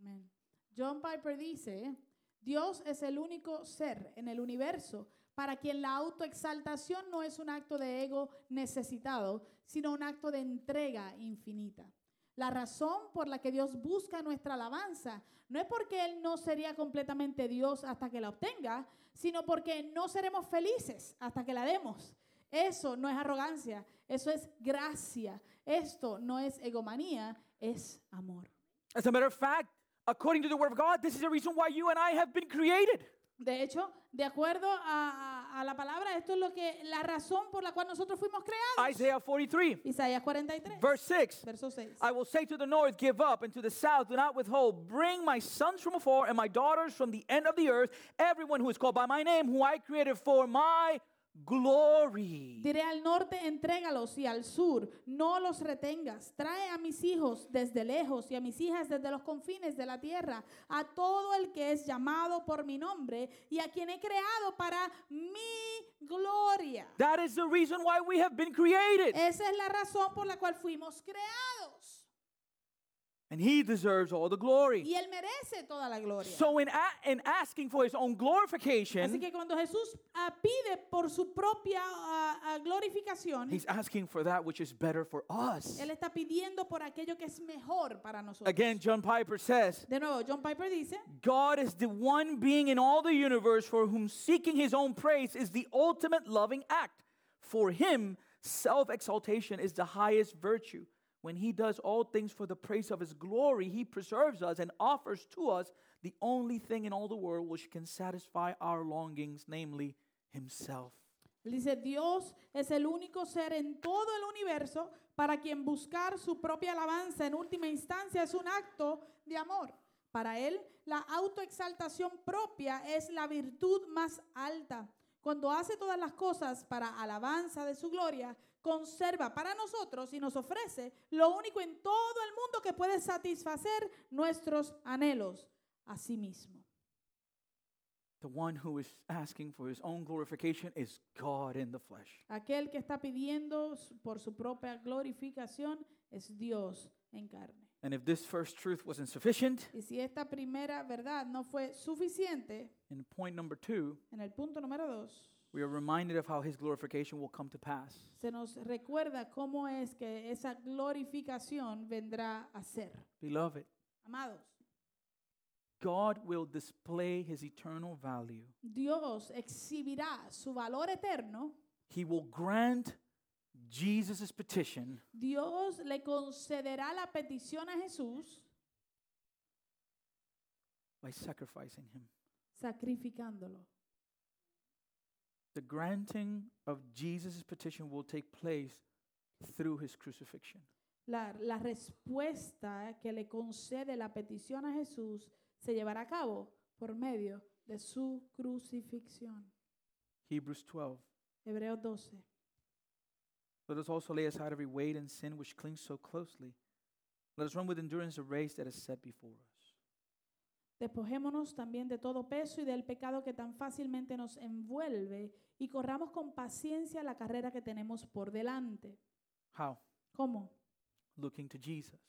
S2: Amén. John Piper dice, Dios es el único ser en el universo para quien la autoexaltación no es un acto de ego necesitado, sino un acto de entrega infinita. La razón por la que Dios busca nuestra alabanza no es porque Él no sería completamente Dios hasta que la obtenga, sino porque no seremos felices hasta que la demos. Eso no es arrogancia, eso es gracia, esto no es egomanía, es amor.
S1: As a matter of fact, according to the Word of God, this is the reason why you and I have been created.
S2: De hecho, de acuerdo a, a- a la palabra, esto es lo que la razón por la cual nosotros fuimos creados.
S1: Isaiah 43.
S2: Isaías 43,
S1: Verse 6
S2: verso 6.
S1: I will say to the north, Give up, and to the south, Do not withhold. Bring my sons from afar and my daughters from the end of the earth, everyone who is called by my name, who I created for my glory.
S2: Diré al norte, entrégalos, y al sur, no los retengas. Trae a mis hijos desde lejos y a mis hijas desde los confines de la tierra, a todo el que es llamado por mi nombre y a quien he creado para mi gloria.
S1: That is the reason why we have been created.
S2: Esa es la razón por la cual fuimos creados.
S1: And He deserves all the glory.
S2: Y Él merece toda la gloria.
S1: So, in, a- in asking for His own
S2: Así
S1: glorification,
S2: que cuando Jesús ah, pide por su propia ah, ah, glorificación,
S1: He's asking for that which is better for us.
S2: Él está pidiendo por aquello que es mejor para nosotros.
S1: Again, John Piper says,
S2: de nuevo, John Piper dice,
S1: God is the one being in all the universe for whom seeking his own praise is the ultimate loving act. For him, self exaltation is the highest virtue. When he does all things for the praise of his glory, he preserves us and offers to us the only thing in all the world which can satisfy our longings, namely himself.
S2: él dice, Dios es el único ser en todo el universo para quien buscar su propia alabanza en última instancia es un acto de amor. Para él, la autoexaltación propia es la virtud más alta. Cuando hace todas las cosas para alabanza de su gloria, conserva para nosotros y nos ofrece lo único en todo el mundo que puede satisfacer nuestros anhelos a sí mismo.
S1: The one who is asking for his own glorification is God in the flesh.
S2: Aquel que está pidiendo s- por su propia glorificación es Dios en carne.
S1: And if this first truth wasn't sufficient,
S2: Y si esta primera verdad no fue suficiente,
S1: in point number two,
S2: en el punto número dos,
S1: we are reminded of how his glorification will come to pass.
S2: se nos recuerda cómo es que esa glorificación vendrá a ser.
S1: Beloved,
S2: Amados,
S1: God will display his eternal value.
S2: Dios exhibirá su valor eterno.
S1: He will grant Jesus' petition
S2: Dios le concederá la petición a Jesús
S1: by sacrificing him.
S2: sacrificándolo.
S1: The granting of Jesus' petition will take place through his crucifixion.
S2: La, la respuesta que le concede la petición a Jesús se llevará a cabo por medio de su crucifixión.
S1: Hebrews 12.
S2: Hebreos 12.
S1: Let us also lay aside every weight and sin which clings so closely. Let us run with endurance the race that is set before us.
S2: Despojémonos también de todo peso y del pecado que tan fácilmente nos envuelve y corramos con paciencia la carrera que tenemos por delante.
S1: How?
S2: ¿Cómo?
S1: Looking to Jesus.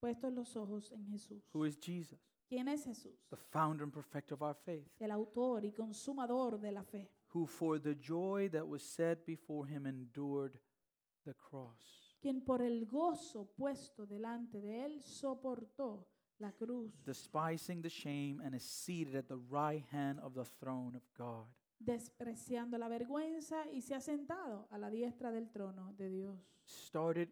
S2: Puestos los ojos en Jesús.
S1: Who is Jesus?
S2: ¿Quién es Jesús?
S1: The founder and perfecter of our faith,
S2: El autor y consumador de la fe,
S1: who for the joy that was set before him endured the cross,
S2: quien por el gozo puesto delante de él soportó la cruz,
S1: despising the shame, and is seated at the right hand of the throne of God.
S2: despreciando la vergüenza y se ha sentado a la diestra del trono de Dios.
S1: Started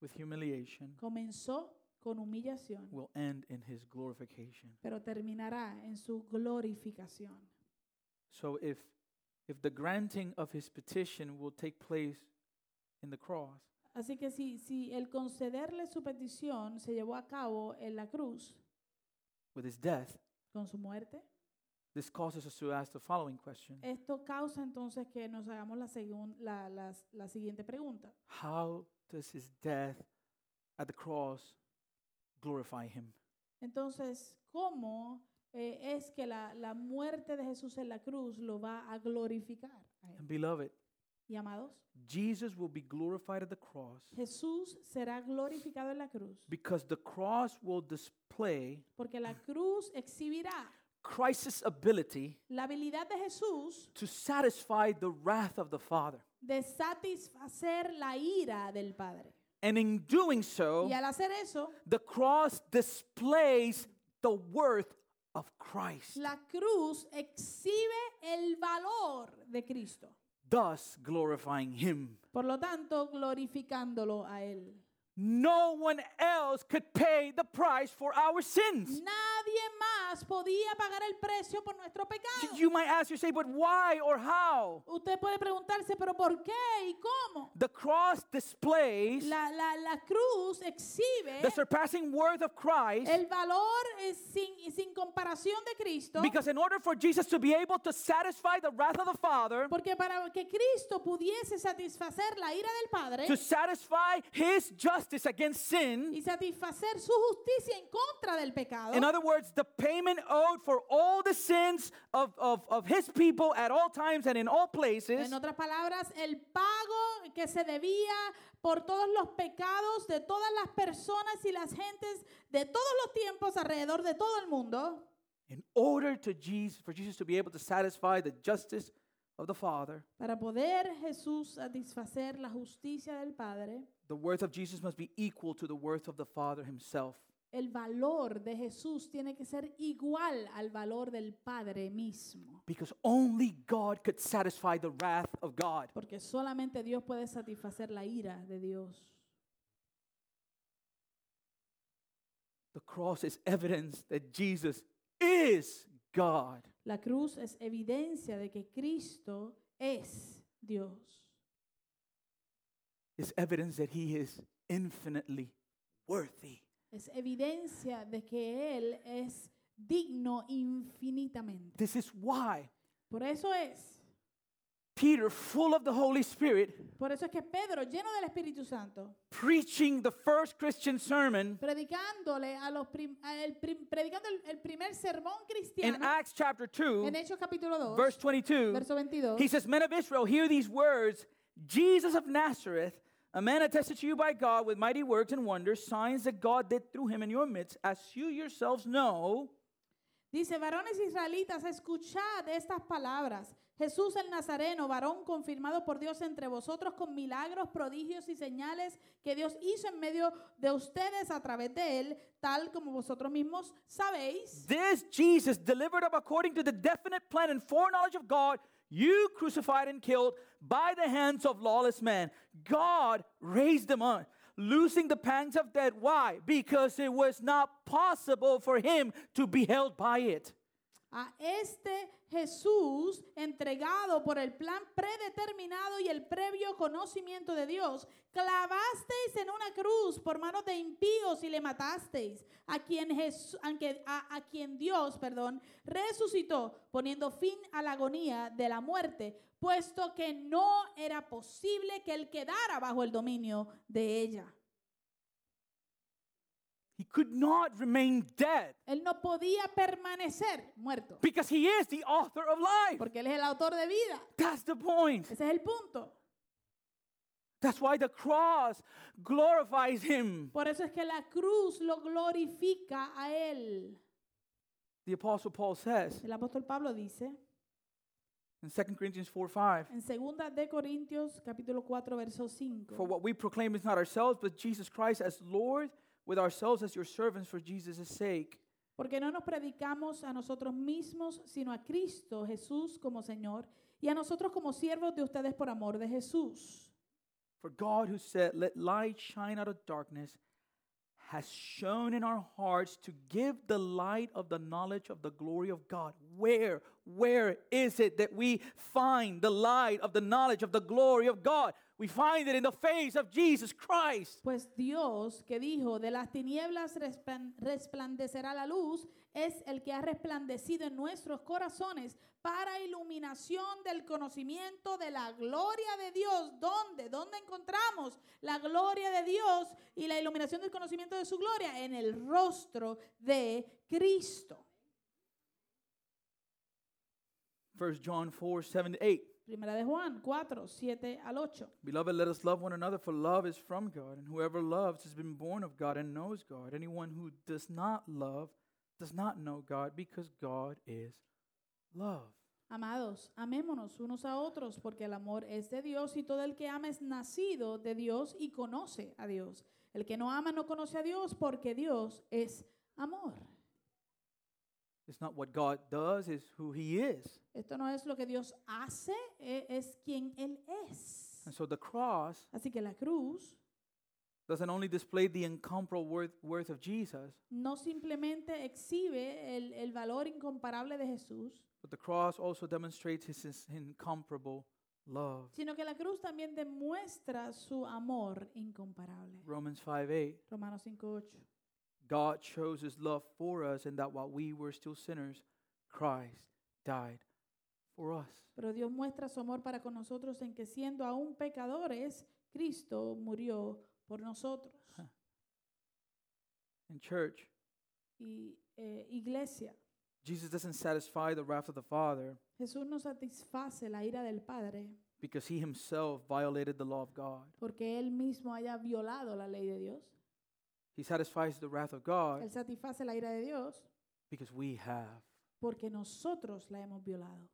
S1: with humiliation,
S2: Comenzó con humillación,
S1: will end in his glorification.
S2: pero terminará en su glorificación.
S1: So if if the granting of his petition will take place in the cross,
S2: Así que si, si el concederle su petición se llevó a cabo en la cruz
S1: with his death,
S2: con su muerte,
S1: this causes us to ask the following question
S2: esto causa entonces que nos hagamos la, segun- la, la, la siguiente pregunta.
S1: How does his death at the cross glorify him?
S2: Entonces, ¿cómo eh, es que la, la muerte de Jesús en la cruz lo va a glorificar? a él?
S1: And beloved,
S2: Y amados,
S1: Jesus will be glorified at the cross
S2: Jesús será glorificado en la cruz,
S1: because the cross will display
S2: porque la cruz exhibirá
S1: Christ's ability
S2: la habilidad de Jesús
S1: to satisfy the wrath of the Father.
S2: de satisfacer la ira del Padre.
S1: And in doing so,
S2: Y al hacer eso,
S1: the cross displays the worth of Christ.
S2: la cruz exhibe el valor de Cristo,
S1: thus glorifying him.
S2: por lo tanto, glorificándolo a Él.
S1: No one else could pay the price for our sins.
S2: Nadie más podía pagar el precio por nuestro pecado.
S1: You might ask yourself, but why or how?
S2: Usted puede preguntarse, pero ¿por qué y cómo?
S1: The cross displays
S2: La, la, la cruz exhibe
S1: the surpassing worth of Christ
S2: el valor eh, sin, sin comparación de Cristo,
S1: because, in order for Jesus to be able to satisfy the wrath of the Father,
S2: porque para que Cristo pudiese satisfacer la ira del Padre
S1: to satisfy his justice against sin,
S2: y satisfacer su justicia en contra del pecado,
S1: in other words, the payment owed for all the sins of, of, of his people at all times and in all places,
S2: en otras palabras, el pago que se debía por todos los pecados de todas las personas y las gentes de todos los tiempos alrededor de todo el mundo,
S1: in order to Jesus, for Jesus to be able to satisfy the justice of the Father,
S2: para poder Jesús satisfacer la justicia del Padre,
S1: the worth of Jesus must be equal to the worth of the Father himself.
S2: el valor de Jesús tiene que ser igual al valor del Padre mismo,
S1: Because only God could satisfy the wrath of God.
S2: porque solamente Dios puede satisfacer la ira de Dios.
S1: The cross is evidence that Jesus is God.
S2: La cruz es evidencia de que Cristo es Dios.
S1: It's evidence that he is infinitely worthy.
S2: Es evidencia de que Él es digno infinitamente.
S1: This is why
S2: Por eso es,
S1: Peter, full of the Holy Spirit,
S2: por eso es que Pedro, lleno del Espíritu Santo,
S1: preaching the first Christian sermon
S2: predicándole a los prim- a el prim- predicando el, el primer sermón
S1: in
S2: cristiano
S1: Acts chapter 2,
S2: en Hechos capítulo 2,
S1: verse 22,
S2: verso 22.
S1: He says, Men of Israel, hear these words Jesus of Nazareth, a man attested to you by God with mighty works and wonders, signs that God did through him in your midst, as you yourselves know.
S2: Dice, varones israelitas, escuchad estas palabras. Jesús el Nazareno, varón confirmado por Dios entre vosotros con milagros, prodigios y señales que Dios hizo en medio de ustedes a través de él, tal como vosotros mismos sabéis.
S1: This Jesus, delivered up according to the definite plan and foreknowledge of God, you crucified and killed by the hands of lawless men. God raised them up, losing the pangs of death. Why? Because it was not possible for him to be held by it.
S2: a este Jesús entregado por el plan predeterminado y el previo conocimiento de Dios, clavasteis en una cruz por manos de impíos y le matasteis, a quien, Jesu- a que- a- a quien Dios perdón, resucitó, poniendo fin a la agonía de la muerte, puesto que no era posible que él quedara bajo el dominio de ella.
S1: He could not remain dead
S2: Él no podía permanecer muerto,
S1: because he is the author of life.
S2: porque él es el autor de vida.
S1: That's the point.
S2: Ese es el punto.
S1: That's why the cross glorifies him.
S2: Por eso es que la cruz lo glorifica a él.
S1: The Apostle Paul says
S2: El apóstol Pablo dice
S1: in 2 Corinthians 4 5.
S2: en 2 de Corintios capítulo 4 verso
S1: For
S2: 5.
S1: what we proclaim is not ourselves, but Jesus Christ as Lord, with ourselves as your servants for Jesus' sake.
S2: Porque no nos predicamos a nosotros mismos, sino a Cristo Jesús como Señor y a nosotros como siervos de ustedes por amor de Jesús.
S1: For God, who said, Let light shine out of darkness, has shone in our hearts to give the light of the knowledge of the glory of God. Where, where is it that we find the light of the knowledge of the glory of God? We find it in the face of Jesus Christ.
S2: Pues Dios que dijo, de las tinieblas resplan- resplandecerá la luz, es el que ha resplandecido en nuestros corazones para iluminación del conocimiento de la gloria de Dios. ¿Dónde? ¿Dónde encontramos la gloria de Dios y la iluminación del conocimiento de su gloria? En el rostro de Cristo.
S1: 1 John 4 7 to 8.
S2: Primera de Juan 4, 7 al 8.
S1: Beloved, let us love one another, for love is from God, and whoever loves has been born of God and knows God. Anyone who does not love does not know God, because God is love.
S2: Amados, amémonos unos a otros porque el amor es de Dios y todo el que ama es nacido de Dios y conoce a Dios. El que no ama no conoce a Dios porque Dios es amor.
S1: It's not what God does, it's who He is.
S2: Esto no es lo que Dios hace, e- es quien Él es.
S1: And so the cross
S2: Así que la cruz
S1: doesn't only display the incomparable worth, worth of Jesus,
S2: no simplemente exhibe el, el valor incomparable de Jesús,
S1: but the cross also demonstrates His, his incomparable love.
S2: sino que la cruz también demuestra su amor incomparable.
S1: Romans 5 8.
S2: Romanos 5.8
S1: God chose his love for us, and that while we were still sinners, Christ died for us.
S2: Pero Dios muestra su amor para con nosotros en que siendo aún pecadores, Cristo murió por nosotros.
S1: In church,
S2: Y eh, iglesia,
S1: Jesus doesn't satisfy the wrath of the Father
S2: Jesús no satisface la ira del Padre
S1: because he himself violated the law of God.
S2: porque Él mismo haya violado la ley de Dios.
S1: He satisfies the wrath of God
S2: Él satisface la ira de Dios
S1: because we have.
S2: porque nosotros la hemos violado.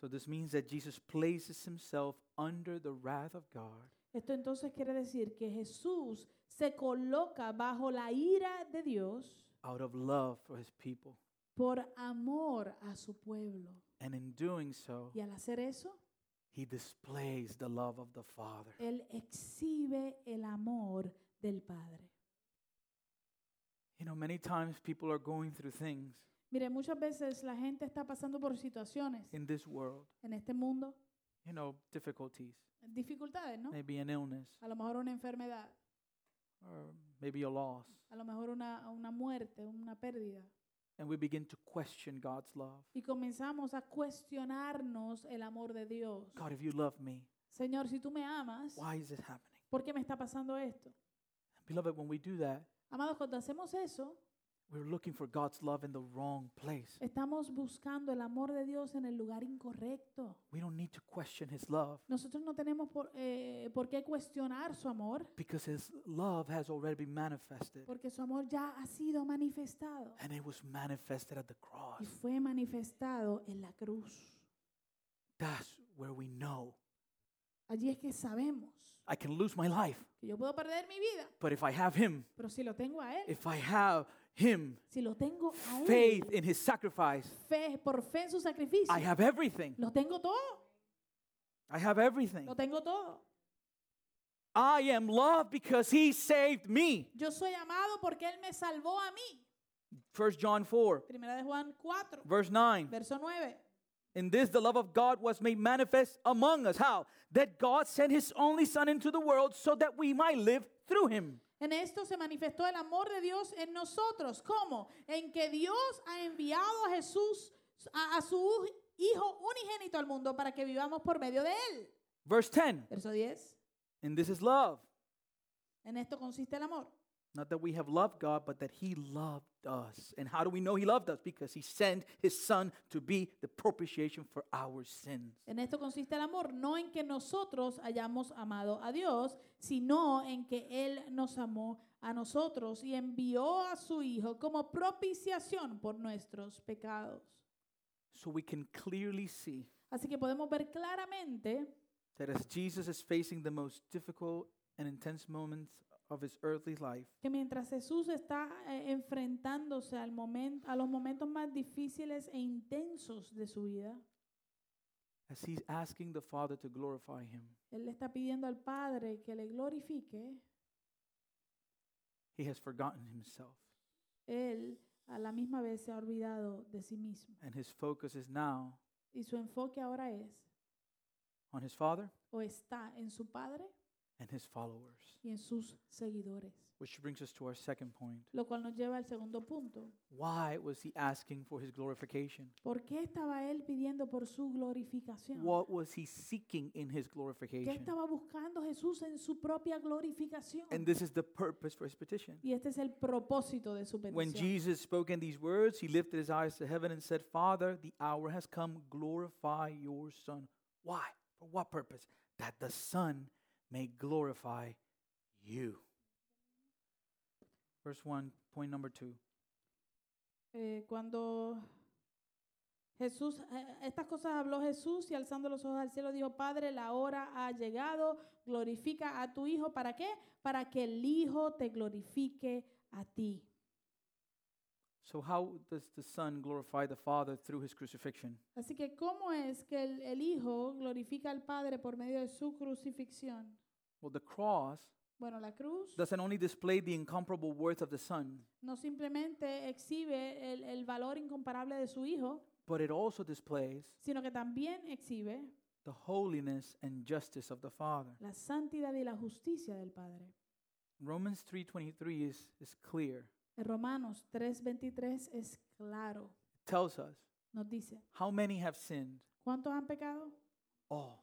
S1: So this means that Jesus places himself under the wrath of God
S2: Esto entonces quiere decir que Jesús se coloca bajo la ira de Dios
S1: out of love for his people.
S2: por amor a su pueblo.
S1: And in doing so,
S2: Y al hacer eso,
S1: he displays the love of the Father.
S2: Él exhibe el amor del Padre.
S1: You know, many times people are going through things
S2: Mire, muchas veces la gente está pasando por situaciones
S1: in this world
S2: en este mundo,
S1: you know, difficulties,
S2: dificultades, ¿no?
S1: maybe an illness,
S2: A lo mejor una enfermedad,
S1: or maybe a loss.
S2: a lo mejor una, una muerte, una pérdida.
S1: And we begin to question God's love.
S2: Y comenzamos a cuestionarnos el amor de Dios.
S1: God, if you love me,
S2: Señor, si tú me amas,
S1: why is this happening?
S2: ¿por qué me está pasando esto?
S1: Beloved, when we do that,
S2: Amados, cuando hacemos eso,
S1: we're looking for God's love in the wrong place.
S2: estamos buscando el amor de Dios en el lugar incorrecto.
S1: We don't need to question His love
S2: Nosotros no tenemos por, eh, por qué cuestionar su amor.
S1: because His love has already been manifested.
S2: Porque su amor ya ha sido manifestado
S1: And it was manifested at the
S2: y
S1: cross.
S2: fue manifestado en la cruz.
S1: That's where we know
S2: Allí es que sabemos
S1: I can lose my life,
S2: que yo puedo perder mi vida,
S1: but if I have Him,
S2: pero si lo tengo a Él,
S1: if I have Him,
S2: si lo tengo a Él,
S1: faith in His sacrifice,
S2: fe- por fe en su sacrificio,
S1: I have everything.
S2: lo tengo todo,
S1: I have everything.
S2: lo tengo todo.
S1: I am loved because He saved me.
S2: Yo soy amado porque Él me salvó a mí.
S1: 1 John 4,
S2: Primera de Juan 4,
S1: verse 9.
S2: verso 9.
S1: In this, the love of God was made manifest among us. How? That God sent His only Son into the world so that we might live through Him.
S2: En esto se manifestó el amor de Dios en nosotros. ¿Cómo? En que Dios ha enviado a Jesús, a, a su Hijo unigénito al mundo para que vivamos por medio de Él.
S1: Verse 10.
S2: Verso 10.
S1: And this is love.
S2: En esto consiste el amor.
S1: Not that we have loved God, but that He loved us. And how do we know He loved us? Because He sent His Son to be the propitiation for our sins.
S2: En esto consiste el amor, no en que nosotros hayamos amado a Dios, sino en que Él nos amó a nosotros y envió a su Hijo como propiciación por nuestros pecados.
S1: So we can clearly see
S2: Así que podemos ver claramente
S1: that as Jesus is facing the most difficult and intense moments of His earthly life,
S2: que mientras Jesús está eh, enfrentándose al momento, a los momentos más difíciles e intensos de su vida,
S1: as He's asking the Father to glorify Him,
S2: Él le está pidiendo al Padre que le glorifique,
S1: He has forgotten Himself.
S2: Él a la misma vez se ha olvidado de sí mismo.
S1: And His focus is now
S2: Y su enfoque ahora es
S1: on His Father
S2: o está en su Padre
S1: and His followers.
S2: y en sus seguidores.
S1: Which brings us to our second point.
S2: Lo cual nos lleva al segundo punto.
S1: Why was He asking for His glorification?
S2: ¿Por qué estaba él pidiendo por su glorificación?
S1: What was he seeking in his
S2: ¿Qué
S1: glorification?
S2: estaba buscando Jesús en su propia glorificación?
S1: And this is the purpose for his petition.
S2: Y este es el propósito de su
S1: When
S2: petición.
S1: Jesus spoke in these words, he lifted his eyes to heaven and said, Father, the hour has come. Glorify your Son. Why? For what purpose? That the Son may glorify you. Verse 1, point number 2.
S2: Eh, cuando Jesús, eh, estas cosas habló Jesús y alzando los ojos al cielo dijo, Padre, la hora ha llegado, glorifica a tu Hijo. ¿Para qué? Para que el Hijo te glorifique a ti.
S1: So, how does the Son glorify the Father through his crucifixion?
S2: Así que, ¿cómo es que el, el Hijo glorifica al Padre por medio de su crucifixión?
S1: Well, the cross
S2: Bueno, la cruz
S1: doesn't only display the incomparable worth of the Son,
S2: no simplemente exhibe el, el valor incomparable de su Hijo,
S1: but it also displays
S2: sino que también exhibe
S1: the holiness and justice of the Father.
S2: la santidad y la justicia del Padre.
S1: Romans 3:23 is, is clear.
S2: En Romanos 3:23 es claro,
S1: It tells us
S2: nos dice,
S1: how many have sinned?
S2: ¿cuántos han pecado?
S1: All.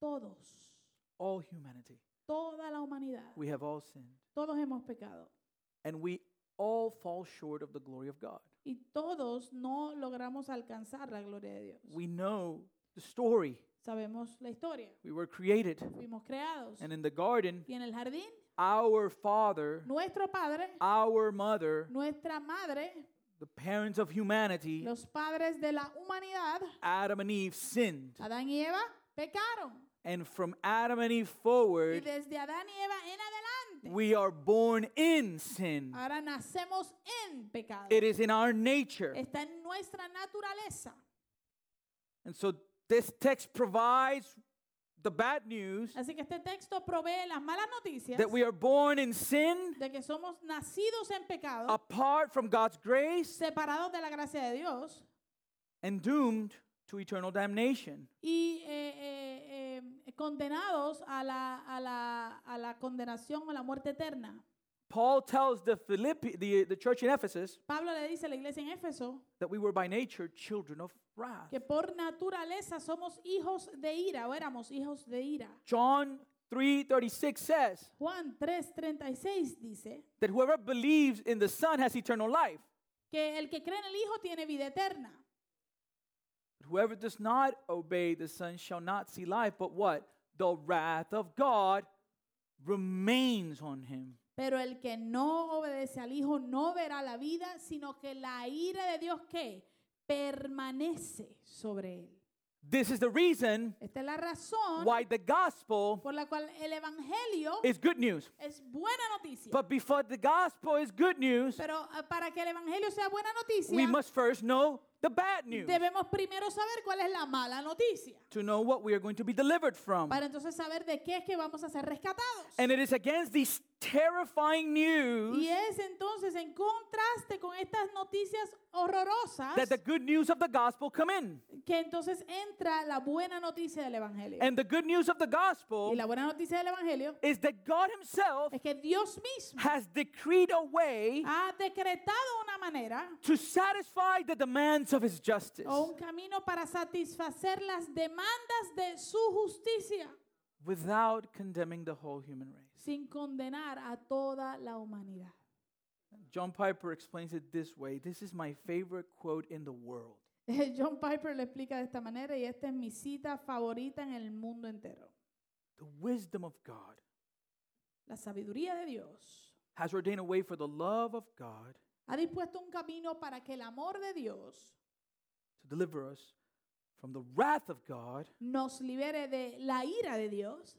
S2: Todos,
S1: All humanity.
S2: toda la humanidad,
S1: We have all sinned.
S2: todos hemos pecado
S1: And we all fall short of the glory of God.
S2: y todos no logramos alcanzar la gloria de Dios.
S1: We know the story.
S2: Sabemos la historia,
S1: We were created.
S2: fuimos creados
S1: And in the garden,
S2: y en el jardín
S1: our father,
S2: nuestro padre,
S1: our mother,
S2: nuestra madre,
S1: the parents of humanity,
S2: los padres de la humanidad,
S1: Adam and Eve sinned.
S2: Adán y Eva, pecaron.
S1: And from Adam and Eve
S2: Y
S1: forward,
S2: desde Adán y Eva en adelante,
S1: we are born in sin.
S2: ahora nacemos en pecado.
S1: It is in our nature.
S2: Está en nuestra naturaleza.
S1: And so this text provides the bad news
S2: Así que este texto provee las malas noticias
S1: that we are born in sin,
S2: de que somos nacidos en pecado,
S1: apart from God's grace,
S2: separados de la gracia de Dios
S1: and doomed to eternal damnation.
S2: y eh, eh, eh, condenados a la, a, la, a la condenación o la muerte eterna.
S1: Paul tells the, Philippi, the, the church in Ephesus
S2: Pablo le dice a la iglesia en Éfeso
S1: that we were by nature children of wrath.
S2: que por naturaleza somos hijos de ira o éramos hijos de ira.
S1: John 3:36 says
S2: Juan 3:36 dice
S1: that whoever believes in the Son has eternal life.
S2: que el que cree en el Hijo tiene vida eterna,
S1: But whoever does not obey the Son shall not see life, but what? The wrath of God remains on him.
S2: pero el que no obedece al Hijo no verá la vida, sino que la ira de Dios que permanece sobre él.
S1: This is the reason
S2: Esta es la razón
S1: why the gospel
S2: por la cual el evangelio
S1: is good news.
S2: es buena noticia.
S1: But before the gospel is good news,
S2: Pero eh, para que el evangelio sea buena
S1: we
S2: noticia,
S1: must first know the bad news
S2: debemos primero saber cuál es la mala noticia.
S1: to know what we are going to be delivered from.
S2: Para entonces saber de qué es que vamos a ser rescatados.
S1: And it is against these terrifying
S2: Y
S1: news
S2: es entonces en contraste con estas noticias horrorosas
S1: that the good news of the gospel come in.
S2: que entonces entra la buena noticia del evangelio.
S1: And the good news of the
S2: Y
S1: gospel
S2: la buena noticia del evangelio
S1: is that God himself
S2: es que Dios mismo
S1: has decreed a way
S2: ha decretado una manera
S1: to satisfy the demands of his justice
S2: o un camino para satisfacer las demandas de su justicia
S1: without condemning the whole human race.
S2: sin condenar a toda la humanidad.
S1: John Piper explains it this way. This is my favorite quote in the world.
S2: John Piper lo explica de esta manera y esta es mi cita favorita en el mundo entero.
S1: The wisdom of God
S2: La sabiduría de Dios
S1: has ordained a way for the love of God
S2: ha dispuesto un camino para que el amor de Dios
S1: to deliver us from the wrath of God
S2: nos libere de la ira de Dios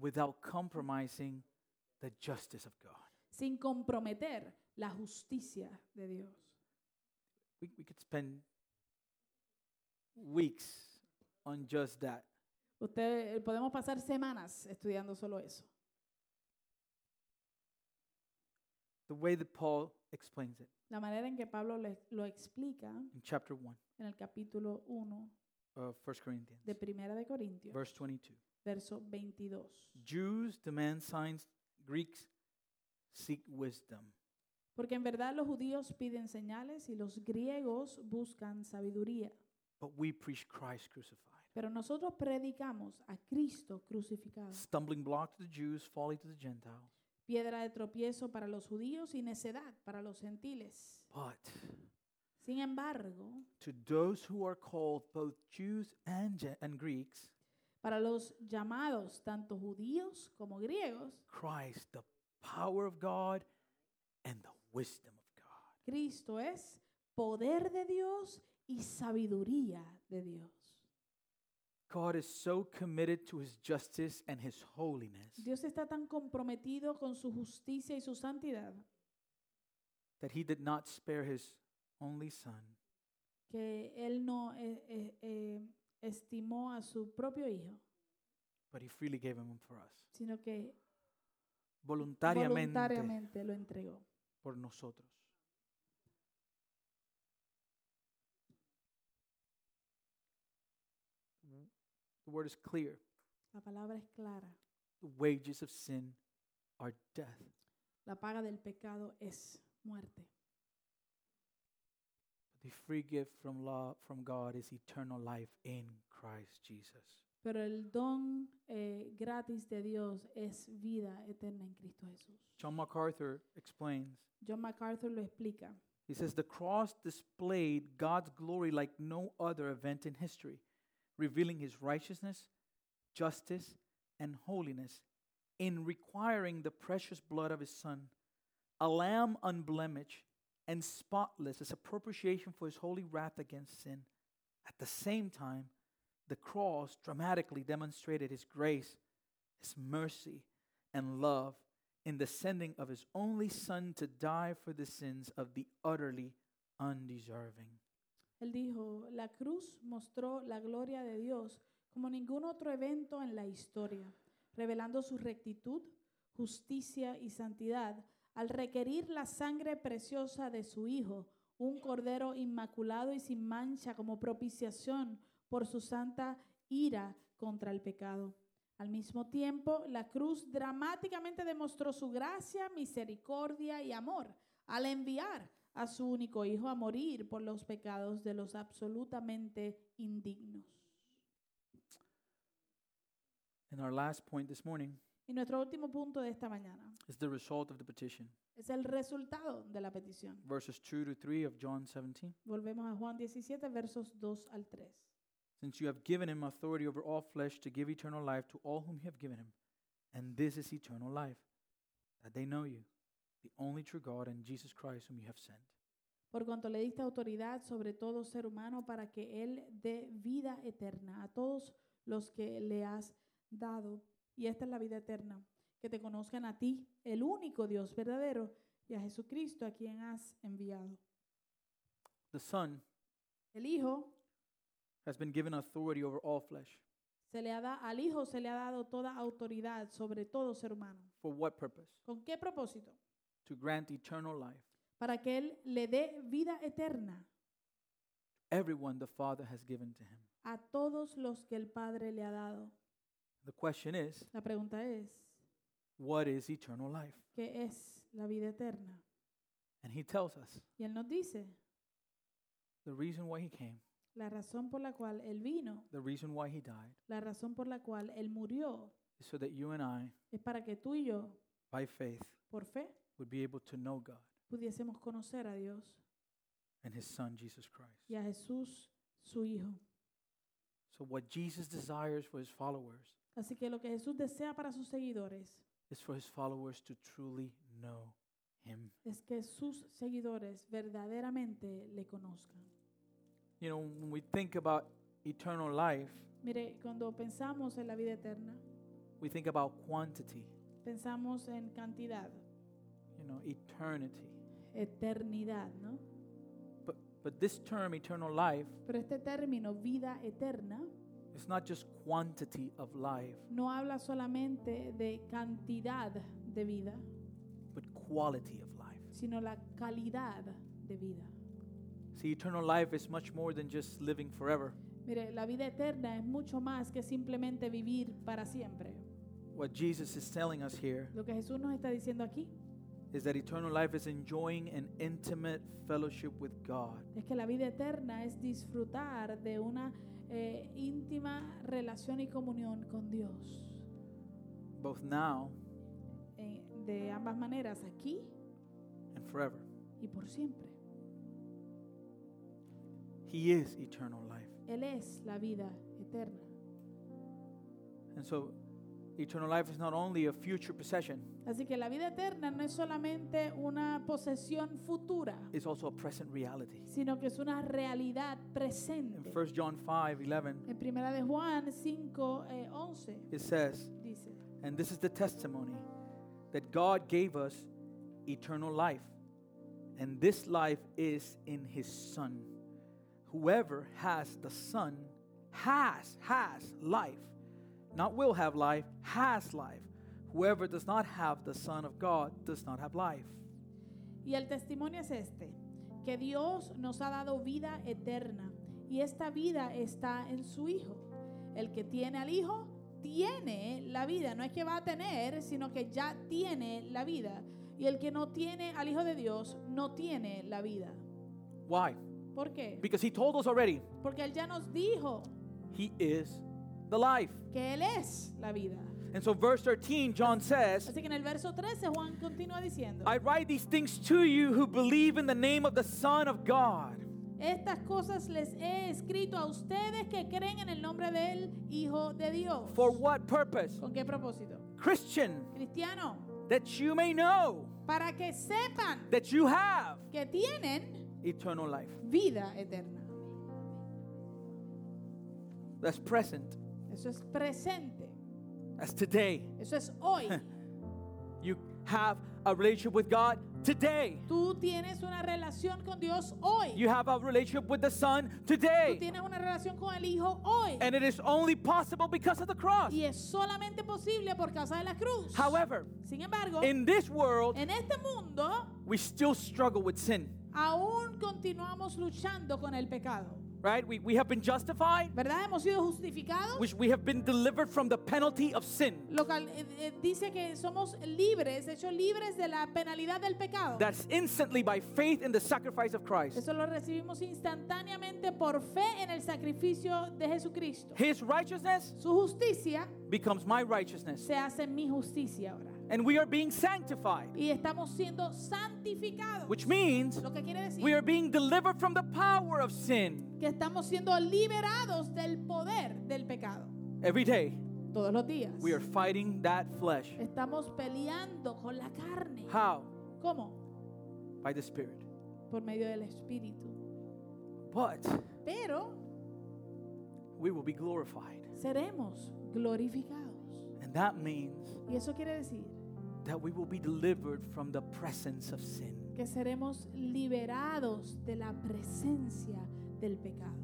S1: without compromising the justice of God.
S2: sin comprometer la justicia de Dios.
S1: We, we could spend weeks on just that.
S2: Usted, podemos pasar semanas estudiando solo eso.
S1: The way that Paul explains it
S2: La manera en que Pablo le- lo explica
S1: in chapter 1
S2: en el capítulo 1
S1: of 1 Corinthians,
S2: de Primera de Corintios,
S1: verse 22.
S2: verso 22.
S1: Jews demand signs, Greeks seek wisdom.
S2: Porque en verdad los judíos piden señales y los griegos buscan sabiduría.
S1: But we preach Christ crucified.
S2: Pero nosotros predicamos a Cristo crucificado,
S1: Stumbling block to the Jews, folly to the Gentiles.
S2: piedra de tropiezo para los judíos y necedad para los gentiles.
S1: But
S2: Sin embargo,
S1: to those who are called both Jews and, Gen- and Greeks,
S2: para los llamados, tanto judíos como griegos,
S1: Christ, the power of God and the wisdom of God.
S2: Cristo es poder de Dios y sabiduría de Dios.
S1: God is so committed to his justice and his holiness
S2: Dios está tan comprometido con su justicia y su santidad
S1: that he did not spare his only son,
S2: que Él no eh, eh, eh, estimó a su propio hijo,
S1: but he freely gave him for us.
S2: sino que
S1: Voluntariamente,
S2: voluntariamente lo entregó
S1: por nosotros. The word is clear.
S2: La palabra es clara.
S1: The wages of sin are death.
S2: La paga del pecado es muerte.
S1: The free gift from law from God is eternal life in Christ Jesus.
S2: Pero el don eh, gratis de Dios es vida eterna en Cristo Jesús.
S1: John MacArthur explains.
S2: John MacArthur lo explica.
S1: He says the cross displayed God's glory like no other event in history, revealing his righteousness, justice, and holiness in requiring the precious blood of his son, a lamb unblemished and spotless as a propitiation for his holy wrath against sin. At the same time, the cross dramatically demonstrated his grace, his mercy, and love in the sending of his only son to die for the sins of the utterly undeserving.
S2: Él dijo, la cruz mostró la gloria de Dios como ningún otro evento en la historia, revelando su rectitud, justicia y santidad al requerir la sangre preciosa de su Hijo, un cordero inmaculado y sin mancha como propiciación por su santa ira contra el pecado. Al mismo tiempo, la cruz dramáticamente demostró su gracia, misericordia y amor al enviar a su único hijo a morir por los pecados de los absolutamente indignos.
S1: And our last point this morning
S2: Y nuestro último punto de esta mañana
S1: is the result of the petition.
S2: es el resultado de la petición.
S1: Verses 2 to 3 of John 17.
S2: Volvemos a Juan 17, versos 2 al 3.
S1: Since you have given him authority over all flesh to give eternal life to all whom you have given him, and this is eternal life, that they know you, the only true God, and Jesus Christ, whom you have sent.
S2: por cuanto le diste autoridad sobre todo ser humano para que Él dé vida eterna a todos los que le has dado. Y esta es la vida eterna, que te conozcan a ti, el único Dios verdadero, y a Jesucristo a quien has enviado.
S1: The Son
S2: El Hijo
S1: has been given authority over all flesh.
S2: se le ha da, al Hijo se le ha dado toda autoridad sobre todo ser humano.
S1: For what purpose?
S2: ¿Con qué propósito?
S1: To grant eternal life.
S2: Para que Él le dé vida eterna
S1: Everyone the Father has given to him.
S2: a todos los que el Padre le ha dado.
S1: The question is,
S2: La pregunta es,
S1: what is eternal life?
S2: ¿qué es la vida eterna?
S1: And he tells us
S2: Y Él nos dice
S1: the reason why he came,
S2: la razón por la cual Él vino,
S1: the reason why he died,
S2: la razón por la cual Él murió,
S1: is so that you and I,
S2: es para que tú y yo,
S1: by faith,
S2: por fe,
S1: would be able to know God
S2: pudiésemos conocer a Dios
S1: and his Son, Jesus Christ.
S2: y a Jesús, su Hijo.
S1: So, what Jesus desires for his followers
S2: Así que lo que Jesús desea para sus seguidores
S1: is for his followers to truly know him.
S2: es que sus seguidores verdaderamente le conozcan.
S1: You know, when we think about eternal life,
S2: Mire, cuando pensamos en la vida eterna,
S1: we think about quantity,
S2: pensamos en cantidad,
S1: you know, eternity.
S2: eternidad, ¿no?
S1: But, but this term, eternal life,
S2: Pero este término, vida eterna,
S1: it's not just quantity of life,
S2: no habla solamente de cantidad de vida,
S1: but quality of life.
S2: sino la calidad de vida.
S1: See, eternal life is much more than just living forever.
S2: Mire, la vida eterna es mucho más que simplemente vivir para siempre.
S1: What Jesus is telling us here
S2: Lo que Jesús nos está diciendo aquí
S1: is that eternal life is enjoying an intimate fellowship with God.
S2: es que la vida eterna es disfrutar de una eh, íntima relación y comunión con Dios.
S1: both now
S2: eh, de ambas maneras, aquí
S1: and forever.
S2: y por siempre.
S1: He is eternal life.
S2: Él es la vida eterna.
S1: And so, eternal life is not only a future possession,
S2: Así que la vida eterna no es solamente una posesión futura,
S1: it's also a present reality.
S2: sino que es una realidad
S1: In
S2: presente.
S1: 1 John 5 11,
S2: En primera de Juan 5, eh, 11
S1: it says,
S2: dice,
S1: And this is the testimony that God gave us eternal life, and this life is in His Son. Whoever has the Son has, has life, not will have life, has life. Whoever does not have the Son of God does not have life.
S2: Y el testimonio es este, que Dios nos ha dado vida eterna y esta vida está en su Hijo. El que tiene al Hijo tiene la vida, no es que va a tener, sino que ya tiene la vida. Y el que no tiene al Hijo de Dios no tiene la vida.
S1: Why?
S2: ¿Por qué?
S1: Because he told us already,
S2: Porque Él ya nos dijo
S1: he is the life.
S2: que Él es la vida.
S1: And so, verse 13, John says,
S2: Así que en el verso 13 Juan continúa diciendo,
S1: I write these things to you who believe in the name of the Son of God,
S2: estas cosas les he escrito a ustedes que creen en el nombre del Hijo de Dios.
S1: For what purpose?
S2: ¿Con qué propósito?
S1: Christian,
S2: Cristiano,
S1: that you may know
S2: para que sepan
S1: that you have
S2: que tienen
S1: eternal life.
S2: vida eterna.
S1: That's present.
S2: Eso es presente,
S1: That's today.
S2: eso es hoy.
S1: You have a relationship with God today.
S2: Tú tienes una relación con Dios hoy.
S1: You have a relationship with the Son
S2: Tú
S1: today.
S2: tienes una relación con el Hijo hoy.
S1: And it is only possible because of the cross.
S2: Y es solamente posible por causa de la cruz.
S1: However,
S2: Sin embargo,
S1: in this world,
S2: en este mundo
S1: we still struggle with sin,
S2: aún continuamos luchando con el pecado.
S1: right? We, we have been justified.
S2: ¿Verdad? Hemos sido justificados.
S1: which we have been delivered from the penalty of sin
S2: Lo cual eh, eh, dice que somos libres, hechos libres de la penalidad del pecado.
S1: that's instantly by faith in the sacrifice of Christ.
S2: Eso lo recibimos instantáneamente por fe en el sacrificio de Jesucristo.
S1: His righteousness
S2: Su justicia
S1: becomes my righteousness,
S2: se hace mi justicia ahora.
S1: and we are being sanctified,
S2: Y estamos siendo santificados.
S1: which means
S2: Lo que quiere
S1: we
S2: decir
S1: are being delivered from the power of sin
S2: que estamos siendo liberados del poder del pecado
S1: every day.
S2: todos los días.
S1: We are fighting that flesh.
S2: Estamos peleando con la carne.
S1: How?
S2: ¿Cómo?
S1: By the Spirit.
S2: por medio del Espíritu.
S1: but
S2: Pero
S1: we will be glorified.
S2: seremos glorificados.
S1: And that means
S2: Y eso quiere decir
S1: that we will be delivered from the presence of sin.
S2: que seremos liberados de la presencia del pecado.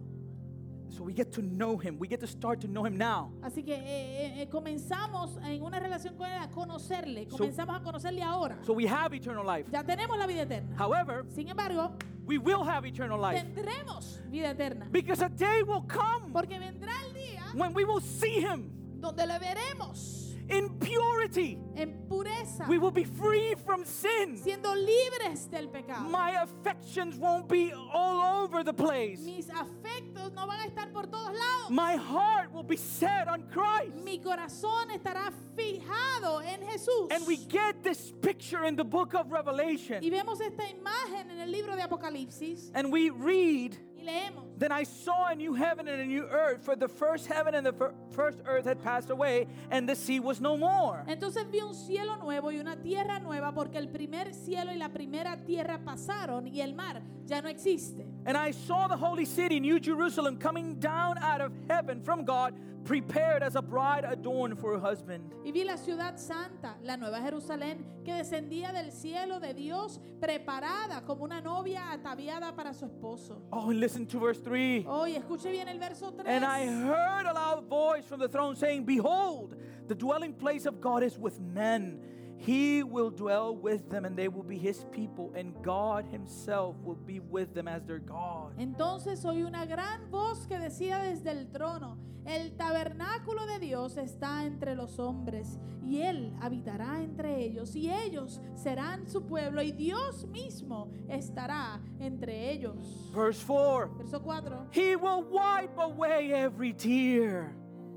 S1: So we get to know Him. We get to start to know Him now.
S2: Así que eh, eh, eh, comenzamos en una relación con Él a conocerle,
S1: So-
S2: comenzamos a conocerle ahora.
S1: So we have eternal life.
S2: Ya tenemos la vida eterna.
S1: However,
S2: Sin embargo,
S1: we will have eternal life
S2: tendremos vida eterna.
S1: because a day will come
S2: Porque vendrá el día
S1: when we will see Him
S2: donde le veremos
S1: in purity.
S2: en pureza,
S1: We will be free from sin.
S2: siendo libres del pecado.
S1: My affections won't be all over the place.
S2: Mis afectos no van a estar por todos lados.
S1: My heart will be set on Christ.
S2: Mi corazón estará fijado en Jesús.
S1: And we get this picture in the book of
S2: Y
S1: Revelation.
S2: vemos esta imagen en el libro de Apocalipsis
S1: And we read,
S2: y leemos.
S1: Then I saw a new heaven and a new earth, for the first heaven and the fir- first earth had passed away, and the sea was no more.
S2: Entonces vi un cielo nuevo y una tierra nueva porque el primer cielo y la primera tierra pasaron y el mar ya no existe.
S1: And I saw the holy city, New Jerusalem, coming down out of heaven from God, prepared as a bride adorned for her husband.
S2: Y vi la ciudad santa, la nueva Jerusalén, que descendía del cielo de Dios, preparada como una novia ataviada para su esposo.
S1: Oh, and listen to verse 3.
S2: Hoy escuche bien el verso 3.
S1: And I heard a loud voice from the throne saying, Behold, the dwelling place of God is with men. He will dwell with them, and they will be his people, and God himself will be with them as their God.
S2: Entonces oí una gran voz que decía desde el trono, el tabernáculo de Dios está entre los hombres y Él habitará entre ellos y ellos serán su pueblo y Dios mismo estará entre ellos.
S1: Verse 4
S2: Verso 4.
S1: He will wipe away every tear.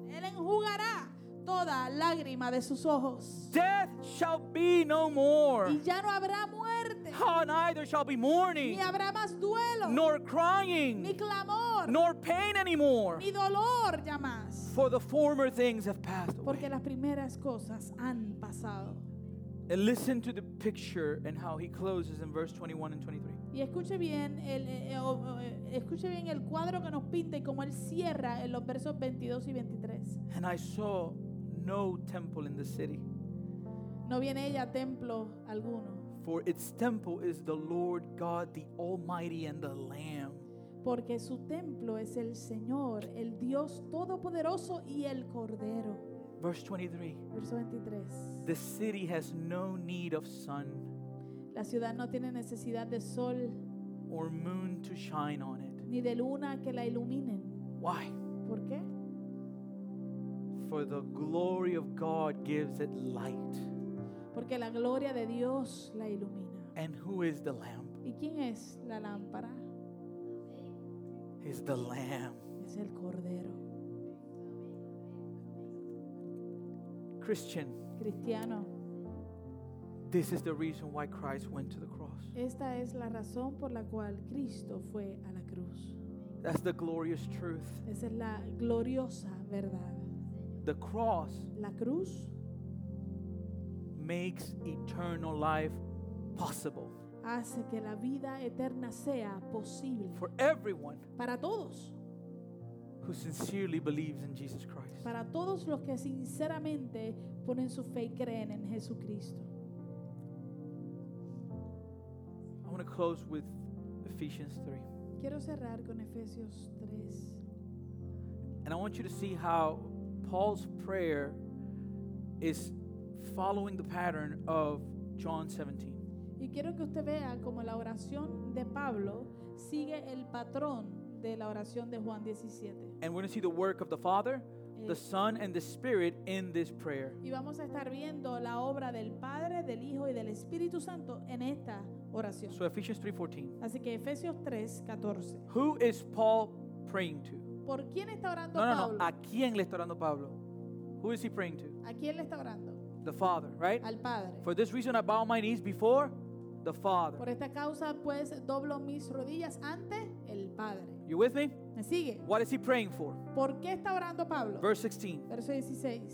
S2: Él enjugará toda lágrima de sus ojos
S1: Death shall be no more.
S2: y ya no habrá muerte,
S1: Oh, neither shall be
S2: ni
S1: mourning,
S2: habrá más duelo,
S1: nor
S2: ni
S1: crying,
S2: clamor,
S1: nor pain anymore.
S2: ni dolor ya más,
S1: For the former things have passed away.
S2: porque las primeras cosas han pasado.
S1: And listen to the picture and how he closes in verse 21 and 23.
S2: Y escuche bien el, eh, eh, o- o, eh, escuche bien el cuadro que nos pinta y cómo él cierra en los versos 22 y 23.
S1: And I saw no temple in the city,
S2: No viene ella a templo alguno,
S1: for its temple is the Lord God, the Almighty, and the Lamb.
S2: porque su templo es el Señor, el Dios Todopoderoso y el Cordero.
S1: Verse 23
S2: Verso 23.
S1: The city has no need of sun
S2: La ciudad no tiene necesidad de sol
S1: or moon to shine on it.
S2: ni de luna que la iluminen.
S1: Why?
S2: ¿Por qué?
S1: For the glory of God gives it light.
S2: Porque la gloria de Dios la ilumina.
S1: And who is the Lamb?
S2: ¿Y quién es la lámpara?
S1: Is the Lamb.
S2: Es el Cordero.
S1: Christian,
S2: Cristiano.
S1: this is the reason why Christ went to the cross.
S2: Esta es la razón por la cual Cristo fue a la cruz.
S1: That's the glorious truth.
S2: Esa es la gloriosa verdad.
S1: The cross
S2: La cruz
S1: makes eternal life possible
S2: hace que la vida eterna sea posible
S1: for everyone
S2: para todos,
S1: who sincerely believes in Jesus Christ.
S2: para todos los que sinceramente ponen su fe y creen en Jesucristo.
S1: I want to close with Ephesians 3.
S2: Quiero cerrar con Efesios 3
S1: And I want you to see how Paul's prayer is following the pattern of John 17.
S2: y quiero que usted vea como la oración de Pablo sigue el patrón de la oración de Juan 17.
S1: And we're going to see the work of the Father, the Son, and the Spirit in this prayer.
S2: Y vamos a estar viendo la obra del Padre, del Hijo y del Espíritu Santo en esta oración.
S1: So Ephesians 3:14.
S2: Así que Efesios 3, 14.
S1: Who is Paul praying to?
S2: ¿Por quién está orando
S1: No, no,
S2: Pablo?
S1: no. ¿A quién le está orando Pablo? Who is he praying to?
S2: ¿A quién le está orando?
S1: The Father, right?
S2: Al Padre.
S1: For this reason, I bow my knees before the
S2: Por
S1: Father.
S2: esta causa, pues, doblo mis rodillas ante el Padre.
S1: You with me?
S2: ¿Me sigue?
S1: What is he praying for?
S2: ¿Por qué está orando Pablo?
S1: Verse 16.
S2: Verso 16.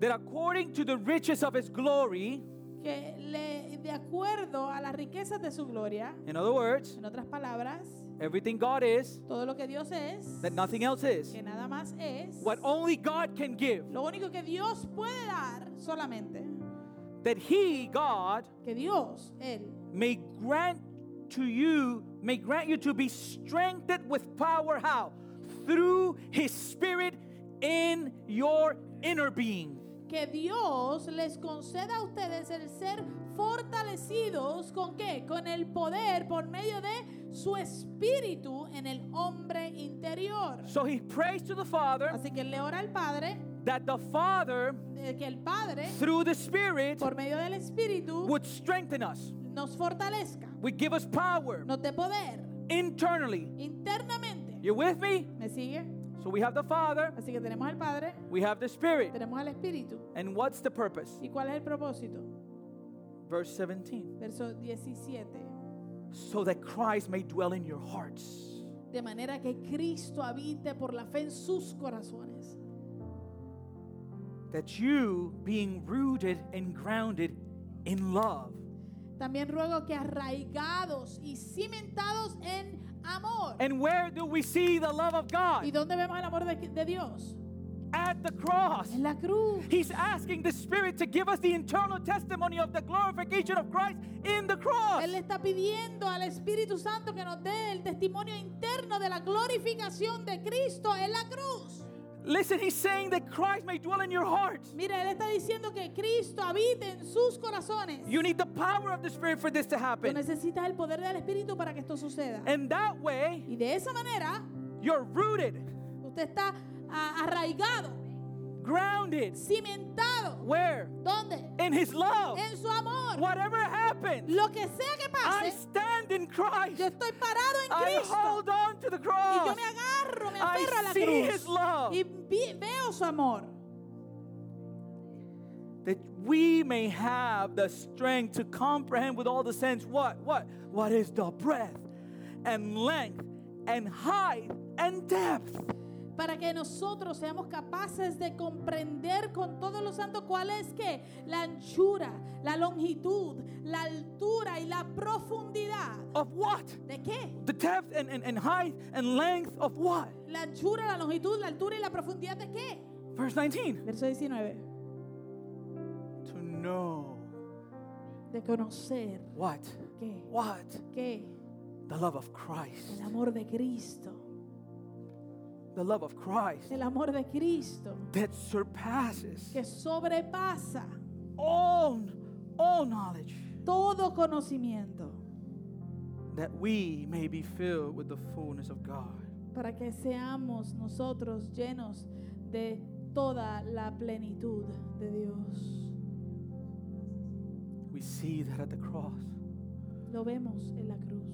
S1: That according to the riches of his glory,
S2: que le, de acuerdo a las riquezas de su gloria,
S1: In other words,
S2: en otras palabras,
S1: everything God is,
S2: todo lo que Dios es,
S1: that nothing else is.
S2: que nada más es,
S1: What only God can give.
S2: lo único que Dios puede dar solamente,
S1: That He, God,
S2: que Dios, Él,
S1: may grant to you, may grant you to be strengthened with power. How? Through His Spirit in your inner being.
S2: que Dios les conceda a ustedes el ser fortalecidos con qué? Con el poder por medio de su espíritu en el hombre interior.
S1: So He prays to the Father
S2: Así que él le ora al Padre,
S1: that the Father,
S2: eh, que el Padre,
S1: through the Spirit,
S2: por medio del espíritu,
S1: would strengthen us,
S2: nos fortalezca,
S1: would give us power
S2: nos dé poder
S1: internally.
S2: internamente.
S1: You with me?
S2: ¿Me sigue?
S1: So we have the Father,
S2: Así que tenemos al Padre,
S1: we have the Spirit.
S2: tenemos al Espíritu.
S1: And what's the purpose?
S2: ¿Y cuál es el propósito?
S1: Verse 17.
S2: Verso 17.
S1: So that Christ may dwell in your hearts.
S2: De manera que Cristo habite por la fe en sus corazones.
S1: that you being rooted and grounded in love
S2: También ruego que arraigados y cimentados en amor.
S1: and where do we see the love of
S2: ¿Y
S1: god
S2: dónde vemos el amor de, de Dios?
S1: at the cross
S2: En la cruz.
S1: he's asking the spirit to give us the internal testimony of the glorification of christ in the cross
S2: Él le está pidiendo al Espíritu Santo que nos dé el testimonio interno de la glorificación de Cristo en la cruz.
S1: listen he's saying that christ may dwell in your heart
S2: Mira, Él está diciendo que Cristo habite en sus corazones.
S1: you need the power of the spirit for this to
S2: Tú
S1: happen
S2: necesitas el poder del Espíritu para que esto suceda.
S1: and that way
S2: Y de esa manera,
S1: you're rooted
S2: usted está ah, arraigado,
S1: grounded
S2: cimentado.
S1: where
S2: ¿Dónde?
S1: in his love
S2: En su amor.
S1: whatever happens
S2: Lo que sea que
S1: i
S2: pase,
S1: stand in christ
S2: yo estoy parado
S1: I
S2: en Cristo.
S1: hold on to the
S2: Y yo
S1: cross.
S2: me agarro, me
S1: I
S2: aferro a la
S1: see His love.
S2: cruz. Y vi- veo su amor.
S1: That we may have the strength to comprehend with all the sense what, what, what is the breadth and length and height and depth.
S2: para que nosotros seamos capaces de comprender con todos los santos cuál es que la anchura, la longitud, la altura y la profundidad.
S1: Of what?
S2: ¿De qué?
S1: The depth and, and, and height and length of what?
S2: La anchura, la longitud, la altura y la profundidad de qué?
S1: Verse 19.
S2: Verso 19.
S1: To know
S2: De conocer
S1: what?
S2: qué?
S1: What?
S2: ¿Qué?
S1: The love of Christ.
S2: El amor de Cristo.
S1: The love of Christ
S2: El amor de Cristo
S1: that surpasses
S2: que sobrepasa
S1: all, all knowledge.
S2: todo conocimiento
S1: That we may be filled with the fullness of God.
S2: para que seamos nosotros llenos de toda la plenitud de Dios.
S1: We see that at the cross.
S2: Lo vemos en la cruz.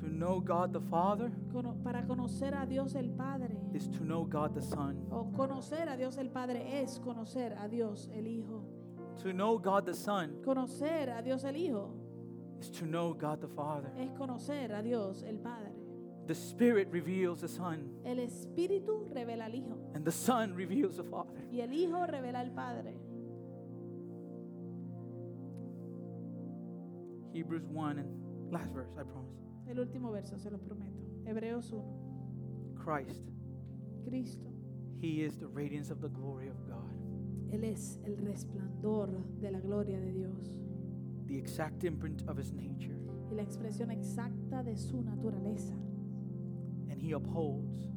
S1: To know God the Father
S2: Cono- Para conocer a Dios el Padre
S1: is to know God the Son.
S2: o conocer a Dios el Padre es conocer a Dios el Hijo.
S1: To know God the Son
S2: Conocer a Dios el Hijo
S1: is to know God the Father.
S2: es conocer a Dios el Padre.
S1: The Spirit reveals the Son,
S2: El Espíritu revela al Hijo
S1: and the Son reveals the Father.
S2: y el Hijo revela al Padre.
S1: Hebrews 1 and last verse, I promise.
S2: El último verso, se los prometo. Hebreos 1.
S1: Christ,
S2: Cristo.
S1: He is the radiance of the glory of God,
S2: Él es el resplandor de la gloria de Dios
S1: the exact imprint of His nature,
S2: y la expresión exacta de su naturaleza.
S1: and He upholds,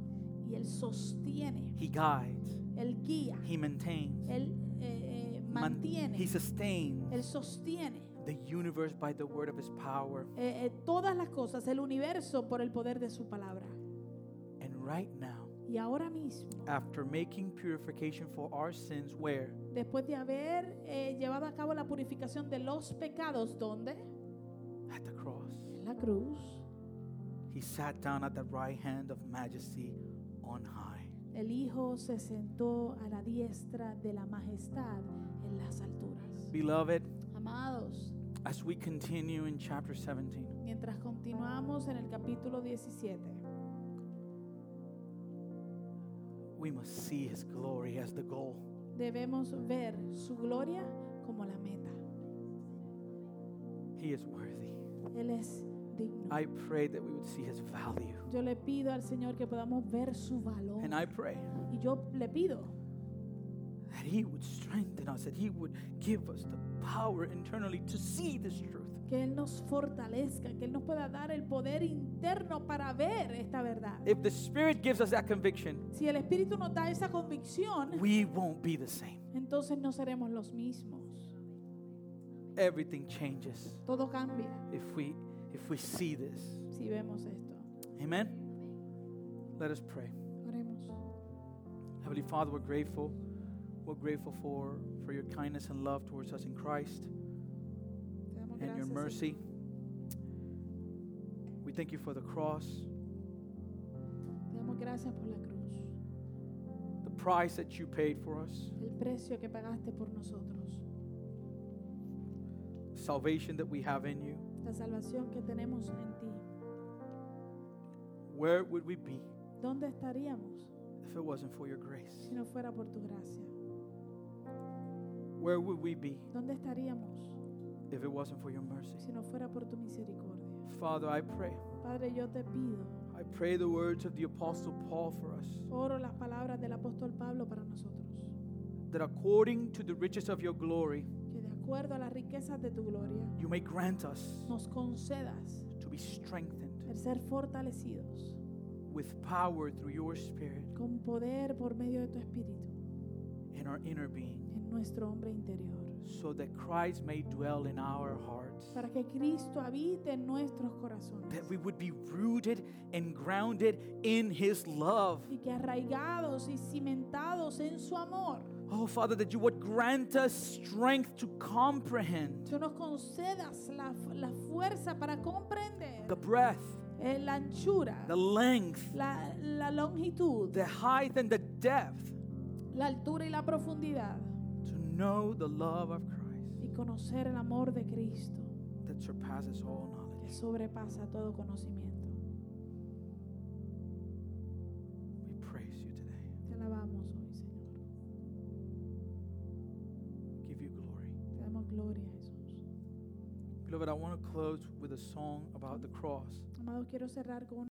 S2: Y Él sostiene,
S1: He guides,
S2: Él guía,
S1: He maintains,
S2: Él eh, eh,
S1: man-
S2: mantiene,
S1: He sustains
S2: Él sostiene
S1: the universe by the word of His power.
S2: eh, eh, todas las cosas, el universo por el poder de su palabra.
S1: And right now,
S2: Y ahora mismo,
S1: after making purification for our sins, where?
S2: después de haber eh, llevado a cabo la purificación de los pecados, ¿dónde?
S1: At the cross.
S2: En la cruz.
S1: He sat down at the right hand of majesty on high.
S2: El Hijo se sentó a la diestra de la majestad en las alturas.
S1: Beloved,
S2: Amados,
S1: as we continue in chapter 17,
S2: mientras continuamos en el capítulo 17,
S1: we must see his glory as the goal.
S2: debemos ver su gloria como la meta.
S1: He is worthy.
S2: Él es digno.
S1: I pray that we would see his value.
S2: Yo le pido al Señor que podamos ver su valor.
S1: And I pray
S2: Y yo le pido
S1: that he would strengthen us, that he would give us the power internally to see this truth.
S2: que Él nos fortalezca, que Él nos pueda dar el poder interno para ver esta verdad.
S1: If the Spirit gives us that conviction,
S2: Si el Espíritu nos da esa convicción,
S1: we won't be the same.
S2: entonces no seremos los mismos.
S1: Everything changes
S2: Todo cambia
S1: if we if we see this.
S2: si vemos esto.
S1: Amen. Let us pray.
S2: Oremos.
S1: Heavenly Father, we're grateful. We're grateful for, for your kindness and love towards us in Christ
S2: Te damos
S1: and your
S2: gracias, Señor.
S1: mercy. We thank you for the cross,
S2: Te damos gracias por la cruz,
S1: the price that you paid for us,
S2: el precio que pagaste por nosotros,
S1: salvation that we have in you.
S2: la salvación que tenemos en ti.
S1: Where would we be
S2: ¿Dónde estaríamos
S1: if it wasn't for your grace?
S2: si no fuera por tu gracia?
S1: Where would we be
S2: ¿Dónde estaríamos
S1: if it wasn't for your mercy?
S2: si no fuera por tu misericordia?
S1: Father, I pray.
S2: Padre, yo te pido,
S1: I pray the words of the Apostle Paul for us
S2: oro las palabras del apóstol Pablo para nosotros,
S1: that according to the riches of your glory,
S2: que de acuerdo a las riquezas de tu gloria,
S1: you may grant us
S2: nos concedas
S1: to be strengthened
S2: el ser fortalecidos
S1: with power through your Spirit.
S2: con poder por medio de tu espíritu
S1: in our inner being,
S2: en nuestro hombre interior,
S1: so that Christ may dwell in our hearts.
S2: para que Cristo habite en nuestros corazones.
S1: That we would be rooted and grounded in His love.
S2: y que arraigados y cimentados en su amor,
S1: Oh, Father, that you would grant us strength to comprehend
S2: tú nos concedas la, la fuerza para comprender
S1: the breadth,
S2: eh, la anchura,
S1: the length,
S2: la, la longitud,
S1: the height, and the depth
S2: la altura y la profundidad
S1: to know the love of Christ
S2: y conocer el amor de Cristo
S1: that surpasses all
S2: que
S1: knowledge.
S2: sobrepasa todo conocimiento.
S1: We praise you today.
S2: Te alabamos hoy, Señor.
S1: We give you glory.
S2: Te damos gloria, Jesús.
S1: Beloved, I want to close with a song about the cross.
S2: Amado, quiero cerrar con